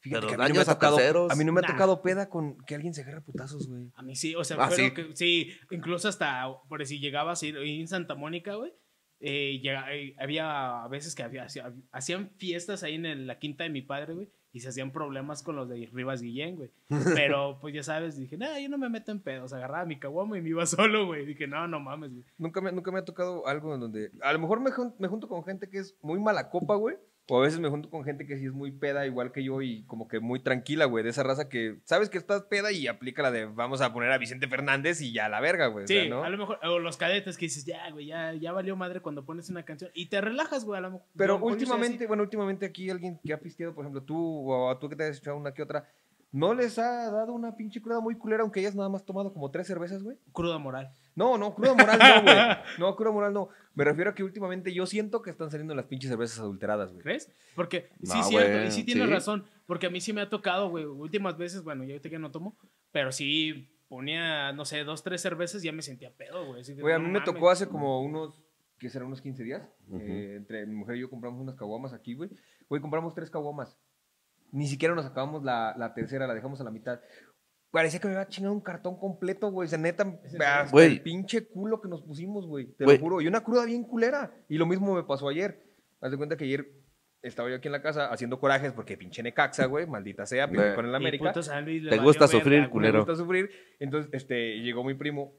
S1: Fíjate
S2: Pero
S1: que
S2: daños
S1: me ha
S2: a terceros.
S1: A mí no me ha
S3: Nah.
S1: tocado peda con que alguien se agarre a putazos, güey.
S3: A mí sí, o sea,
S2: Ah,
S3: fueron
S2: sí.
S3: que- sí, incluso hasta, por si llegabas a ir en Santa Mónica, güey, eh, llega- eh, había veces que había, hacía- hacían fiestas ahí en el- la quinta de mi padre, güey, y se hacían problemas con los de Rivas Guillén, güey. Pero, pues ya sabes, dije, no, yo no me meto en pedos, agarraba mi caguamo y me iba solo, güey. Dije, no, no mames, güey.
S1: Nunca me, nunca me ha tocado algo en donde. A lo mejor me, jun- me junto con gente que es muy mala copa, güey. O a veces me junto con gente que sí es muy peda, igual que yo, y como que muy tranquila, güey. De esa raza que sabes que estás peda y aplica la de vamos a poner a Vicente Fernández y ya a la verga, güey. o
S3: Sí,
S1: sea, ¿no?
S3: a lo mejor, o los cadetes que dices, ya, güey, ya, ya valió madre cuando pones una canción y te relajas, güey, a lo mejor.
S1: Pero
S3: a lo mejor yo soy
S1: últimamente, bueno, últimamente aquí alguien que ha pisteado, por ejemplo, tú o a tú que te has echado una que otra, ¿no les ha dado una pinche cruda muy culera, aunque hayas nada más tomado como tres cervezas, güey?
S3: así, Cruda moral.
S1: No, no, cruda moral no, güey. No, cruda moral no. Me refiero a que últimamente yo siento que están saliendo las pinches cervezas adulteradas, güey.
S3: ¿Crees? Porque sí,
S2: No,
S3: cierto,
S2: güey,
S3: y sí tienes
S2: sí.
S3: razón, porque a mí sí me ha tocado, güey, últimas veces, bueno, yo ahorita que no tomo, pero sí ponía, no sé, dos, tres cervezas y ya me sentía pedo, güey. así de,
S1: Güey, a
S3: no
S1: mí me
S3: mames.
S1: tocó hace como unos, ¿qué será? Unos 15 días.
S2: Ujú.
S1: Eh, entre mi mujer y yo compramos unas caguamas aquí, güey. Güey, compramos tres caguamas. Ni siquiera nos acabamos la, la tercera, la dejamos a la mitad. Parecía que me había chingado un cartón completo, güey. O sea, neta, hasta
S2: Güey.
S1: el pinche culo que nos pusimos, güey. Te
S2: Güey.
S1: lo juro. Y una cruda bien culera. Y lo mismo me pasó ayer. Haz de cuenta que ayer estaba yo aquí en la casa haciendo corajes porque pinche Necaxa, güey. Maldita sea,
S2: Güey.
S1: con el
S3: Y
S1: América.
S3: puto San Luis le
S2: Te
S3: valió
S2: gusta
S3: verga,
S2: sufrir,
S3: güey.
S2: culero.
S1: Me gusta sufrir. Entonces, este, llegó mi primo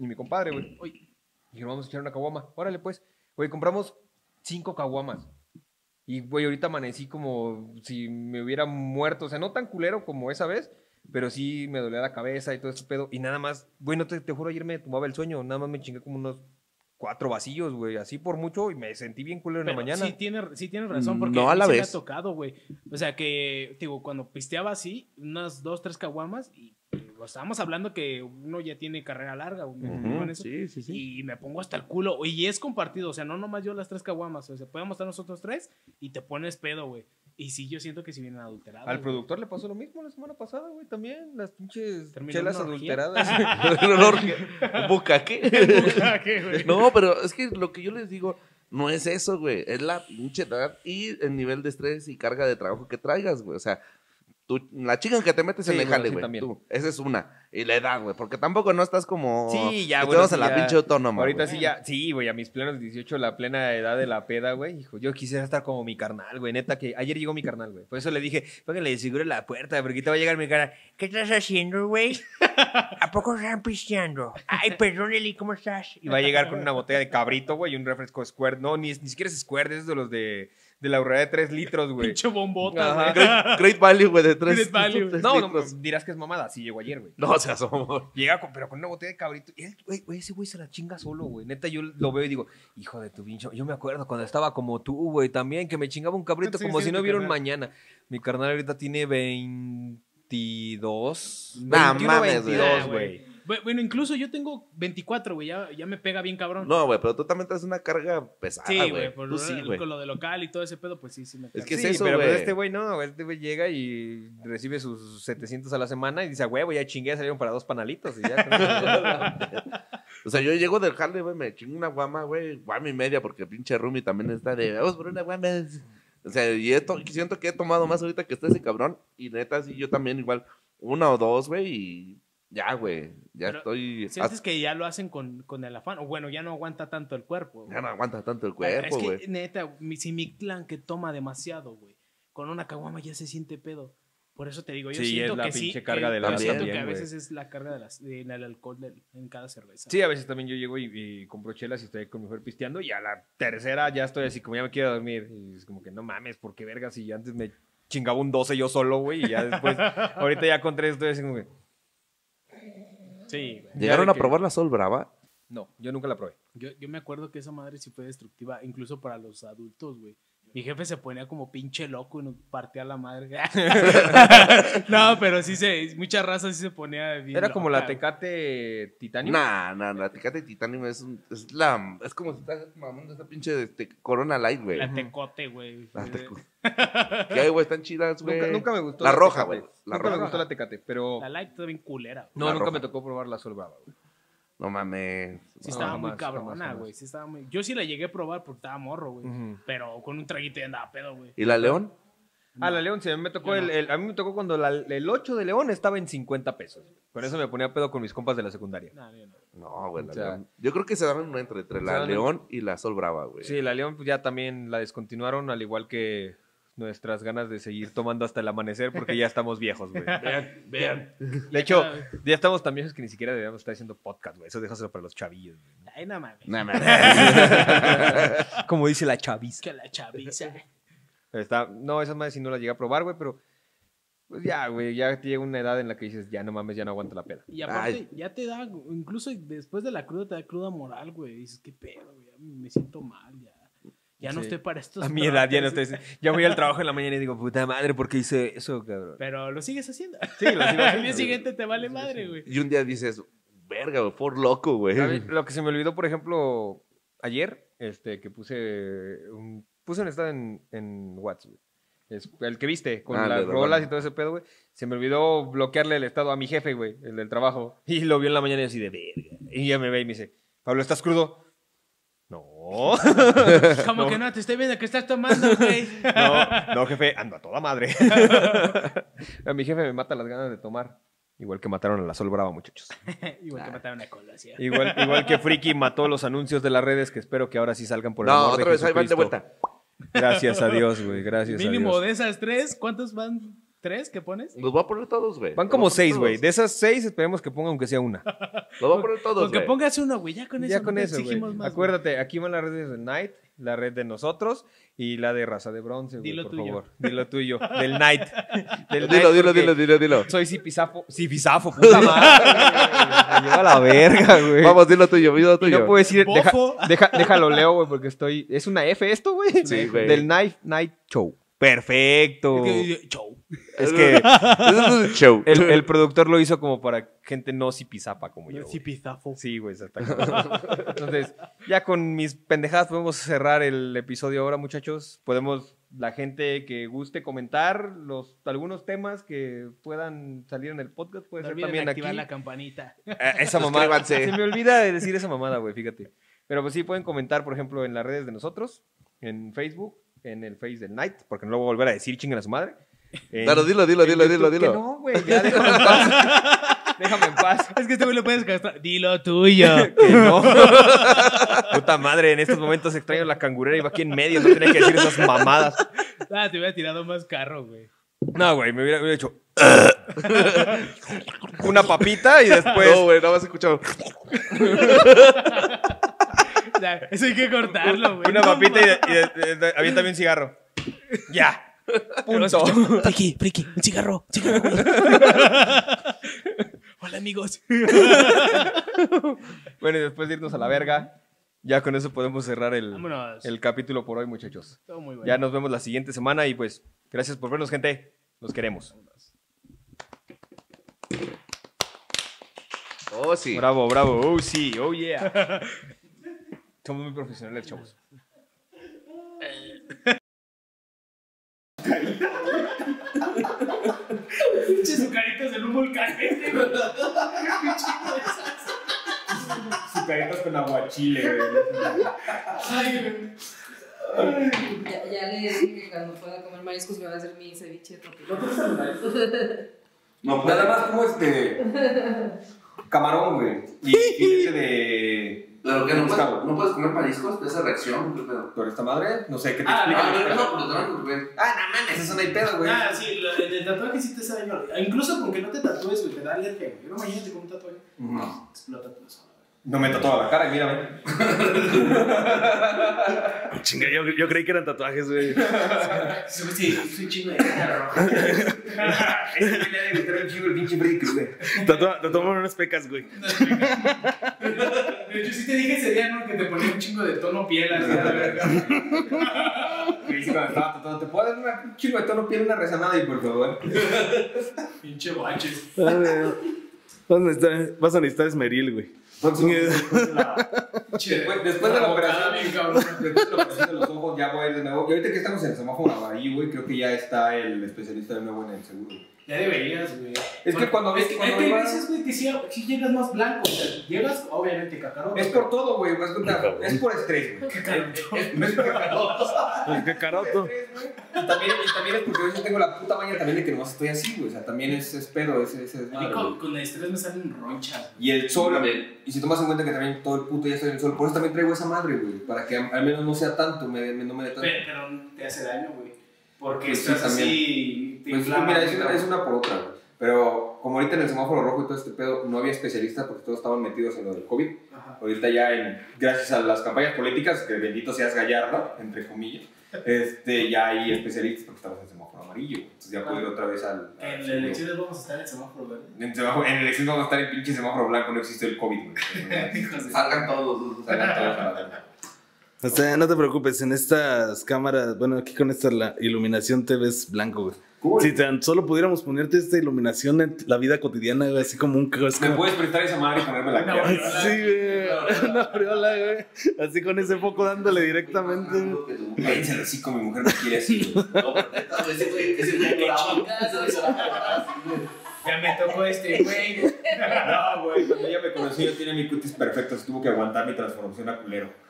S1: y mi compadre, güey. Oye, dijeron, vamos a echar una caguama. Órale, pues. Güey, compramos cinco caguamas. Y, güey, ahorita amanecí como si me hubiera muerto. O sea, no tan culero como esa vez, pero sí me dolía la cabeza y todo ese pedo. Y nada más, güey, no te, te juro, ayer me tumbaba el sueño. Nada más me chingué como unos cuatro vacíos, güey. Así por mucho y me sentí bien culero en
S3: Pero
S1: la mañana.
S3: Sí tiene, sí tiene razón, porque
S2: No
S3: a
S2: a
S3: mí
S2: la
S3: sí me
S2: vez.
S3: ha tocado, güey. O sea que, digo, cuando pisteaba así, unas dos, tres caguamas, y eh, estábamos hablando que uno ya tiene carrera larga, güey, me pongo en
S2: Ujú,
S3: eso.
S2: Sí, sí, sí.
S3: y me pongo hasta el culo. Y es compartido, o sea, no nomás yo las tres caguamas, o sea, podemos estar nosotros tres y te pones pedo, güey. Y sí, yo siento que si vienen adulterados.
S1: Al
S3: güey.
S1: productor le pasó lo mismo la semana pasada, güey, también. Las pinches
S3: Terminó
S1: chelas
S3: en una orgía.
S1: adulteradas.
S2: Un olor- un bucaque.
S3: ¿Qué, güey?
S2: No, pero es que lo que yo les digo no es eso, güey. Es la pinche edad y el nivel de estrés y carga de trabajo que traigas, güey. O sea, tú, la chica en que te metes
S1: Sí,
S2: en el
S1: bueno,
S2: jale,
S1: sí,
S2: güey.
S1: también.
S2: tú. esa es una. Y la edad, güey. Porque tampoco no estás como.
S1: Sí, ya,
S2: que
S1: bueno,
S2: estamos
S1: sí,
S2: en la
S1: ya.
S2: pinche autónoma.
S1: Ahorita
S2: güey.
S1: sí ya, sí, güey, a mis plenos 18, la plena edad de la peda, güey, hijo, yo quisiera estar como mi carnal, güey, neta que ayer llegó mi carnal, güey, por eso le dije, póngale de seguro la puerta, porque te va a llegar mi cara,
S4: ¿Qué estás haciendo, güey? ¿A poco están pisteando? Ay, perdón, Eli, ¿cómo estás?
S1: y va a llegar con una botella de cabrito, güey, y un refresco Squirt, no, ni, ni siquiera es Squirt, es de los de, de la urrea de 3 litros, güey.
S3: Pinche bombota,
S1: Ajá.
S3: güey.
S2: Great, Great Value, güey, de tres.
S3: Great Value.
S2: tres
S1: No, pues, no,
S2: litros.
S1: dirás que es mamada, sí llegó ayer, güey.
S2: no. o sea, somos.
S1: Llega, con- pero con una botella de cabrito. Y él, güey, güey, ese güey se la chinga solo, güey. Neta, yo lo veo y digo, hijo de tu pincho. Yo me acuerdo cuando estaba como tú, güey, también, que me chingaba un cabrito
S3: Sí,
S1: como
S3: sí,
S1: si
S3: tu
S1: no hubiera un
S3: carnal.
S1: mañana. Mi carnal ahorita tiene 22.
S2: Nah,
S1: 21,
S2: mames, güey.
S3: Ah,
S1: 22, güey.
S3: Bu- Bueno, incluso yo tengo 24, güey, ya, ya me pega bien cabrón.
S2: No, güey, pero tú también traes una carga pesada,
S3: sí, güey,
S2: güey.
S3: por
S2: Tú
S3: lo-
S2: sí, güey.
S3: con lo de local y todo ese pedo, pues sí, sí me
S2: Es
S3: carga.
S2: que
S1: sí,
S2: es eso,
S1: pero, pero
S2: güey?
S1: este güey no, este güey llega y recibe sus 700 a la semana y dice, "A huevo, ya chingué, salieron para dos panalitos y ya.
S2: O sea, yo llego del jale, güey, me chingo una guama, güey, guama y media, porque pinche Rumi también está de, vamos por una guama. O sea, y he to- siento que he tomado más ahorita que está ese cabrón, y neta, sí, yo también igual, una o dos, güey, y ya, güey, ya
S3: Pero,
S2: estoy...
S3: Sientes que ya lo hacen con, con el afán, o bueno, ya no aguanta tanto el cuerpo. güey.
S2: Ya no aguanta tanto el cuerpo,
S3: Ah, Es que,
S2: güey.
S3: neta, mi- si mi clan que toma demasiado, güey, con una caguama ya se siente pedo. Por eso te digo, yo
S1: Sí,
S3: siento
S1: es la
S3: que sí.
S1: pinche carga
S3: que-
S1: del
S3: yo
S2: alcohol
S3: siento que
S1: también,
S3: a
S1: güey.
S3: veces es la carga del en el alcohol del- en cada cerveza.
S1: Sí, a veces también yo llego y, y compro chelas y estoy ahí con mi mujer pisteando y a la tercera ya estoy así como ya me quiero dormir. Y es como que no mames, ¿por qué vergas? Si antes me chingaba un 12 yo solo, güey, y ya después, ahorita ya con tres estoy así como que...
S3: Sí, güey.
S2: Llegaron
S1: Ya
S2: a
S1: de que-
S2: probar la Sol Brava.
S1: No, yo nunca la probé.
S3: Yo, yo me acuerdo que esa madre sí fue destructiva, incluso para los adultos, güey. Mi jefe se ponía como pinche loco y nos partía la madre. no, pero sí se, mucha raza sí se ponía bien.
S1: Era como
S3: loca,
S1: la Tecate Titanium.
S2: Nah, nah, la Tecate Titanium es, un- es la. Es como si estás mamando esa pinche este, Corona Light, güey.
S3: güey. La tecote, güey.
S2: La Tecu- ¿Qué hay, güey? Están chidas, güey.
S1: Nunca, nunca me gustó.
S2: La roja,
S1: Tecate.
S2: güey. La
S1: Nunca me
S2: roja.
S1: gustó la Tecate, pero...
S3: La light está bien culera, güey.
S1: No,
S2: La
S1: nunca
S2: roja.
S1: me tocó probar la Sol Brava, güey.
S2: No mames.
S3: Sí
S1: No, jamás,
S3: estaba muy
S1: jamás,
S3: cabrona,
S1: jamás.
S3: güey. Sí estaba muy... Yo sí la llegué a probar porque estaba morro, güey.
S1: Ujú.
S3: Pero con un traguito ya andaba pedo, güey.
S2: ¿Y la León?
S1: Ah, la León, sí, a mí me tocó,
S3: Yo
S1: el,
S3: no.
S1: el- a mí me tocó cuando la- el 8 de León estaba en 50 pesos. Por eso me ponía pedo con mis compas de la secundaria.
S3: No, no, no.
S2: No, güey, la
S1: O sea,
S2: León. Yo creo que se dan una entre, entre
S1: se
S2: la
S1: dan-
S2: León y la Sol Brava, güey.
S1: Sí, la León pues, ya también la descontinuaron, al igual que nuestras ganas de seguir tomando hasta el amanecer, porque ya estamos viejos, güey.
S2: Vean, vean.
S1: De hecho, ya estamos tan viejos que ni siquiera deberíamos estar haciendo podcast, güey. Eso déjaselo para los chavillos, güey.
S3: Ay, no mames.
S2: No mames.
S1: Como dice la chaviza.
S3: Que la chaviza.
S1: Pero está, no, esas madres sí no las llegué a probar, güey, pero pues ya, güey, ya te llega una edad en la que dices, ya no mames, ya no aguanta la peda.
S3: Y aparte,
S2: Ay.
S3: ya te da, incluso después de la cruda, te da cruda moral, güey. Dices, qué pedo, güey. ya Me siento mal, ya. Ya no
S1: Sí.
S3: estoy para estos.
S1: A mi edad ya no
S3: trotes".
S1: estoy. Ya voy al trabajo en la mañana y digo, puta madre, ¿por qué hice eso, cabrón?
S3: Pero lo sigues haciendo.
S1: Sí, lo sigo
S3: Al
S1: haciendo,
S3: día
S1: güey.
S3: siguiente te vale madre, güey.
S2: Y un día dices, verga, güey, por loco, güey.
S1: ¿Sabes? Lo que se me olvidó, por ejemplo, ayer, este, que puse un, puse un estado en, en WhatsApp, güey. Es el que viste, con
S2: Ah,
S1: las
S2: de verdad.
S1: rolas y todo ese pedo, güey. Se me olvidó bloquearle el estado a mi jefe, güey, el del trabajo. Y lo vio en la mañana y yo así de verga. Y ya me ve y me dice, Pablo, ¿estás crudo? No.
S3: Como que no, te estoy viendo que estás tomando, güey.
S1: No, no, jefe, ando a toda madre. a mi jefe me mata las ganas de tomar. Igual que mataron a la Sol Brava, muchachos.
S3: Igual que mataron a Colosio.
S1: Igual, igual que Friki mató los anuncios de las redes, que espero que ahora sí salgan por el
S2: no,
S1: amor
S2: otra
S1: de
S2: vez, ahí van de
S1: Jesucristo.
S2: vuelta.
S1: Gracias a Dios, güey, gracias a
S3: Mínimo
S1: Dios.
S3: de esas tres, ¿cuántos van? ¿Tres que pones?
S2: Los voy a poner todos, güey.
S1: Van
S2: Los
S1: como
S2: voy a poner
S1: seis, güey.
S2: todos.
S1: De esas seis, esperemos que ponga aunque sea una.
S2: Los voy a poner todos,
S3: Con que
S2: güey.
S3: pongas uno, güey. Ya con eso.
S1: ya
S3: no
S1: con
S3: te
S1: eso, güey.
S3: exigimos más,
S1: Acuérdate, aquí van las redes de Knight, la red de nosotros y la de Raza de Bronce, güey,
S3: Dilo
S1: por
S3: tuyo.
S1: favor. Dilo tuyo, del Knight. Del
S2: Dilo,
S1: Knight,
S2: dilo,
S1: porque
S2: dilo, dilo, dilo.
S1: Soy Cipizafo. Cipizafo, puta madre. güey. Me lleva la verga, güey.
S2: Vamos, dilo tuyo, dilo
S1: Y
S2: tuyo.
S1: no puedo decir, deja-
S3: Bofo.
S1: deja- déjalo leo, güey, porque estoy... ¿Es una F esto, güey?
S2: Sí,
S1: Del
S2: güey.
S1: Del Night Night Show. Perfecto.
S3: güey. Chau.
S1: Es que
S2: Eso es un show.
S1: el, el productor lo hizo como para gente no cipizapa como yo.
S3: No,
S1: güey.
S3: sí, pizafo.
S1: Sí, güey, está cabrón. Entonces, ya con mis pendejadas podemos cerrar el episodio ahora, muchachos. Podemos, la gente que guste comentar los algunos temas que puedan salir en el podcast, puede
S3: No
S1: ser
S3: olviden
S1: también aquí.
S3: activar la campanita.
S1: Eh, esa mamada.
S2: Suscríbanse.
S1: Se me olvida de decir esa mamada, güey, fíjate. Pero pues sí, pueden comentar, por ejemplo, en las redes de nosotros, en Facebook, en el Face del Night, porque no lo voy a volver a decir, chinga a su madre. En-
S2: Claro, dilo, dilo,
S1: en
S2: dilo, dilo,
S1: YouTube, que
S2: dilo.
S1: No, güey, ya déjame en paz. déjame en paz.
S3: Es que este güey lo puedes gastar. Dilo tuyo.
S1: Que no. Puta madre, en estos momentos extraño la cangurera iba aquí en medio, no tenía que decir esas mamadas.
S3: Ah, te hubiera tirado más carro, güey.
S1: No, güey, me hubiera, hubiera hecho una papita y después
S2: No, güey, no vas a escuchar.
S3: O sea, eso hay que cortarlo, güey.
S1: una
S3: No
S1: papita y, de- y de- de- de- había también un cigarro. Ya. Punto.
S5: Friki, friki, un cigarro, un cigarro.
S3: Hola, amigos.
S1: Bueno, y después de irnos a la verga, ya con eso podemos cerrar el,
S3: Vámonos.
S1: el capítulo por hoy, muchachos.
S3: Todo muy bueno.
S1: Ya nos vemos la siguiente semana y pues gracias por vernos, gente. Los queremos.
S2: Oh, sí.
S1: Bravo, bravo. Oh, sí. Oh, yeah. Somos muy profesionales, chavos.
S3: Su carita es en un volcán.
S6: Ya, ya le dije que cuando pueda comer mariscos me va a hacer mi ceviche de papilón.
S1: Nada más como este. Camarón, güey. Y, ese de.
S2: Pero que no puedes,
S1: Gustavo.
S2: no puedes comer mariscos de esa reacción, qué pedo.
S1: Pero esta madre, no sé qué te
S2: Ah, no,
S1: explica.
S2: no, no, pero no, güey.
S1: Ah, no mames, eso no hay pedo, güey.
S3: Ah, sí, lo- el, el tatuaje sí te hace daño. Incluso con que no te tatúes, güey, te da alergia, güey. No, imagínate con un tatuaje.
S1: No.
S3: Explota tu eso.
S1: No me toda la cara y mírame.
S7: Chinga, yo, yo creí que eran tatuajes, güey.
S8: Sí, soy chingo de cara roja. Ese güey le ha de gustar un chingo el pinche Freddy güey.
S7: Tatua- Tatuaron unas pecas, güey.
S3: Yo sí te dije ese día, ¿no? Que te ponía un chingo de tono piel así, a la verga.
S1: Me dice cuando estaba tatuado, ¿te puedo dar una un chingo de tono piel una rezanada y por favor?
S3: Pinche baches.
S7: Vas a necesitar, vas a necesitar esmeril, güey.
S3: Pinche-
S1: Pues, Después- después de la
S3: abocada,
S1: operación.
S3: bien cabrón.
S1: Después de la operación de los ojos ya voy a ir de nuevo. Y ahorita que estamos en el semáforo amarillo, güey, creo que ya está el especialista de nuevo en el seguro.
S3: Ya deberías, güey.
S1: Es que cuando ves-
S3: Es que,
S1: cuando
S3: es que hay
S1: iba-
S3: veces, güey, que sí, sí llegas más blanco. O sea, llegas, obviamente, cacarote.
S1: Es por todo, güey. más que nada, Es por estrés, güey. Es- No es por
S7: El cacaroto.
S1: estrés, güey. Y también, y también es porque yo tengo la puta maña también de que nomás estoy así, güey. O sea, también es, es pedo, es, es, es
S3: A
S1: madre,
S3: mí
S1: güey.
S3: con, con el estrés me salen ronchas.
S1: Y el sol,
S9: También.
S1: y si tomas en cuenta que también todo el puto ya está en el sol, por eso también traigo esa madre, güey, para que al menos no sea tanto, me, me- no me dé tanto.
S3: Pero, pero te hace daño, güey. Porque
S1: Pues sí,
S3: estás
S1: también.
S3: así. Te
S1: Pues sí,
S3: inflama,
S1: mira, es
S3: güey,
S1: una, es
S3: cabrón.
S1: una por otra, güey. Pero como ahorita en el semáforo rojo y todo este pedo, no había especialistas porque todos estaban metidos en lo del COVID.
S3: Ajá.
S1: Ahorita ya, en, gracias a las campañas políticas, que bendito seas Gallardo, entre comillas, este, ya hay especialistas porque estamos en semáforo amarillo. güey. Entonces ya puedo ir otra vez al...
S3: Que En
S1: al-
S3: las elecciones vamos a estar en semáforo, ¿verdad?
S1: En, semáforo- en el elección vamos a estar en pinche semáforo blanco, no existe el COVID, güey.
S3: Hijos de-
S1: Salgan todos, salgan todos. a la verga.
S7: O sea, no te preocupes, en estas cámaras, bueno, aquí con esta la iluminación te ves blanco, güey.
S1: Cool.
S7: Si tan solo pudiéramos ponerte esta iluminación en la vida cotidiana, güey, así como un es
S1: ¿Me
S7: como-
S1: puedes prestar esa madre y ponerme la cara?
S7: Ay, Sí, güey. Una aureola, güey. Así con ese foco dándole directamente. güey.
S1: Cállense el hocico, mi mujer me quiere así. güey.
S9: Ese güey, ese güey bravo.
S3: Ya me tocó este, güey.
S1: No, güey, cuando ella me conoció yo tenía mi cutis perfecto, se tuvo que aguantar mi transformación a culero.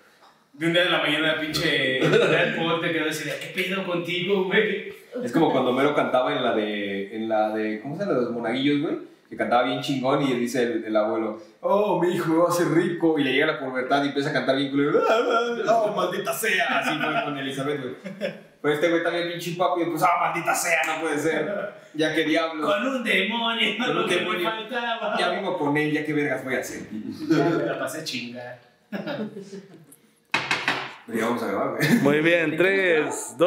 S3: De un día de la mañana, pinche Deadpool te quedó así de, ¿qué pedo contigo, güey?
S1: Es como cuando Mero cantaba en la de, en la de, ¿cómo se llama? La de los monaguillos, güey. Que cantaba bien chingón y dice el, el abuelo, oh, mi hijo va a ser rico. Y le llega la pubertad y empieza a cantar bien culero, "Ah, ah, oh, maldita sea. Así fue con Elizabeth, güey. Pero este güey también pinche papi, pues, ah, maldita sea, no puede ser. Ya que diablo.
S3: Con un demonio,
S1: Con un
S3: lo que me
S1: demonio.
S3: faltaba.
S1: Ya vivo con él, ya qué vergas voy a hacer.
S3: Ya me la pasé chinga.
S1: Pero ya vamos a grabar, güey.
S7: Muy bien, 3, 2.